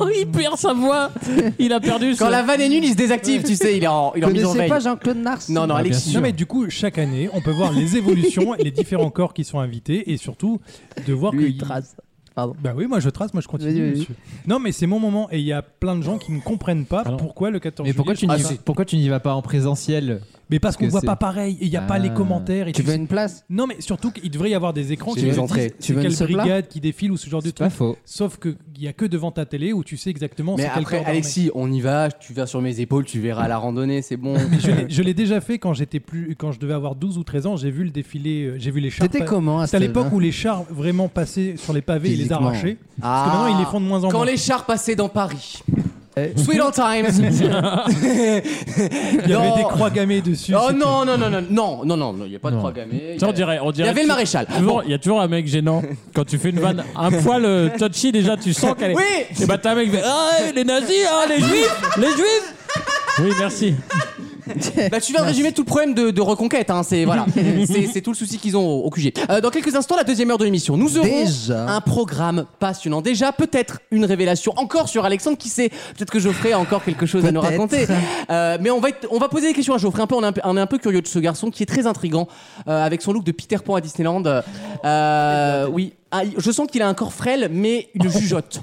Oh, il perd sa voix. Il a perdu.
Quand
son-
la vanne est nulle, il se désactive, tu sais, il est en, il est en mise en veille.
Jean-Claude Darcy
Non, non, Alexis.
Non, Ah, mais du coup, chaque année, on peut voir les évolutions, les différents corps qui sont invités et surtout de voir que. Il
trace.
Bah oui, moi je trace, moi je continue.
Vas-y, vas-y.
monsieur. Non, mais c'est mon moment et il y a plein de gens qui ne comprennent pas pourquoi le 14
Mais pourquoi tu
juillet, je
n'y
fais ça.
pourquoi tu n'y vas pas en présentiel
Mais parce qu'on voit
c'est-
pas pareil et il n'y a pas
Ah.
les commentaires. Et
Tu veux
sais-
une
place
Non, mais surtout qu'il devrait y avoir des écrans
C'est
qui
les
te
entrées.
disent
Tu
c'est
veux une
quelle
soupe, là
brigade qui défile ou ce genre de truc.
pas faux.
Sauf qu'il n'y a que devant ta télé où tu sais exactement
Mais
c'est quel
après,
corps
Alexis, on y va, tu viens sur mes épaules, tu verras la randonnée, c'est bon.
dormait. Je
euh,
l'ai- Je l'ai déjà fait quand j'étais plus, quand je devais avoir 12 ou 13 ans. J'ai vu le défilé, euh, j'ai vu les chars.
T'étais
pa-
comment à
C'était à
cet
l'époque
âge-là
où les chars vraiment passaient sur les pavés et les
Physiquement.
arrachaient. Parce
Ah.
que maintenant ils les font de moins en
Quand
moins.
les chars passaient dans Paris.
Eh.
Sweet on Times.
Il y avait
Non.
des croix gammées dessus.
Oh
c'était-
non, non, non, non, non, non, non, non, il n'y a pas de
Non.
croix gammée.
Ça, on dirait, on
Il
dirait
y avait le
tu-
maréchal.
toujours- Il y a toujours un mec gênant. Quand tu fais une vanne un poil euh, touchy, déjà, tu sens qu'elle est.
Oui
Et bah, t'as un mec qui fait Ah, ouais, les nazis, ah, les juifs, les juifs Oui, merci.
Bah, tu viens de résumer tout le problème de, de Reconquête. hein, c'est voilà, c'est c'est tout le souci qu'ils ont au, au QG. Euh, dans quelques instants, la deuxième heure de l'émission, nous aurons
Déjà
un programme passionnant. Déjà, peut-être une révélation encore sur Alexandre. Qui sait Peut-être que Geoffrey a encore quelque chose à nous
Peut-être.
raconter. Euh, mais on va être- on va poser des questions à Geoffrey. Un peu, on est un peu, on est un peu curieux de ce garçon qui est très intrigant euh, avec son look de Peter Pan à Disneyland. Euh, oui. Ah, il- je sens qu'il a un corps frêle, mais une jugeote.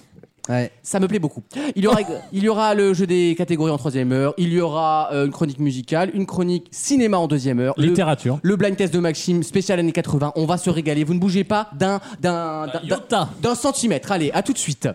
Ça me plaît beaucoup. Il y, aura, il y aura le jeu des catégories en troisième heure, il y aura euh, une chronique musicale, une chronique cinéma en deuxième heure, le-
Littérature.
le, blind test de Maxime, spécial années 80. On va se régaler. Vous ne bougez pas d'un d'un d'un- d'un centimètre. Allez, à tout de suite.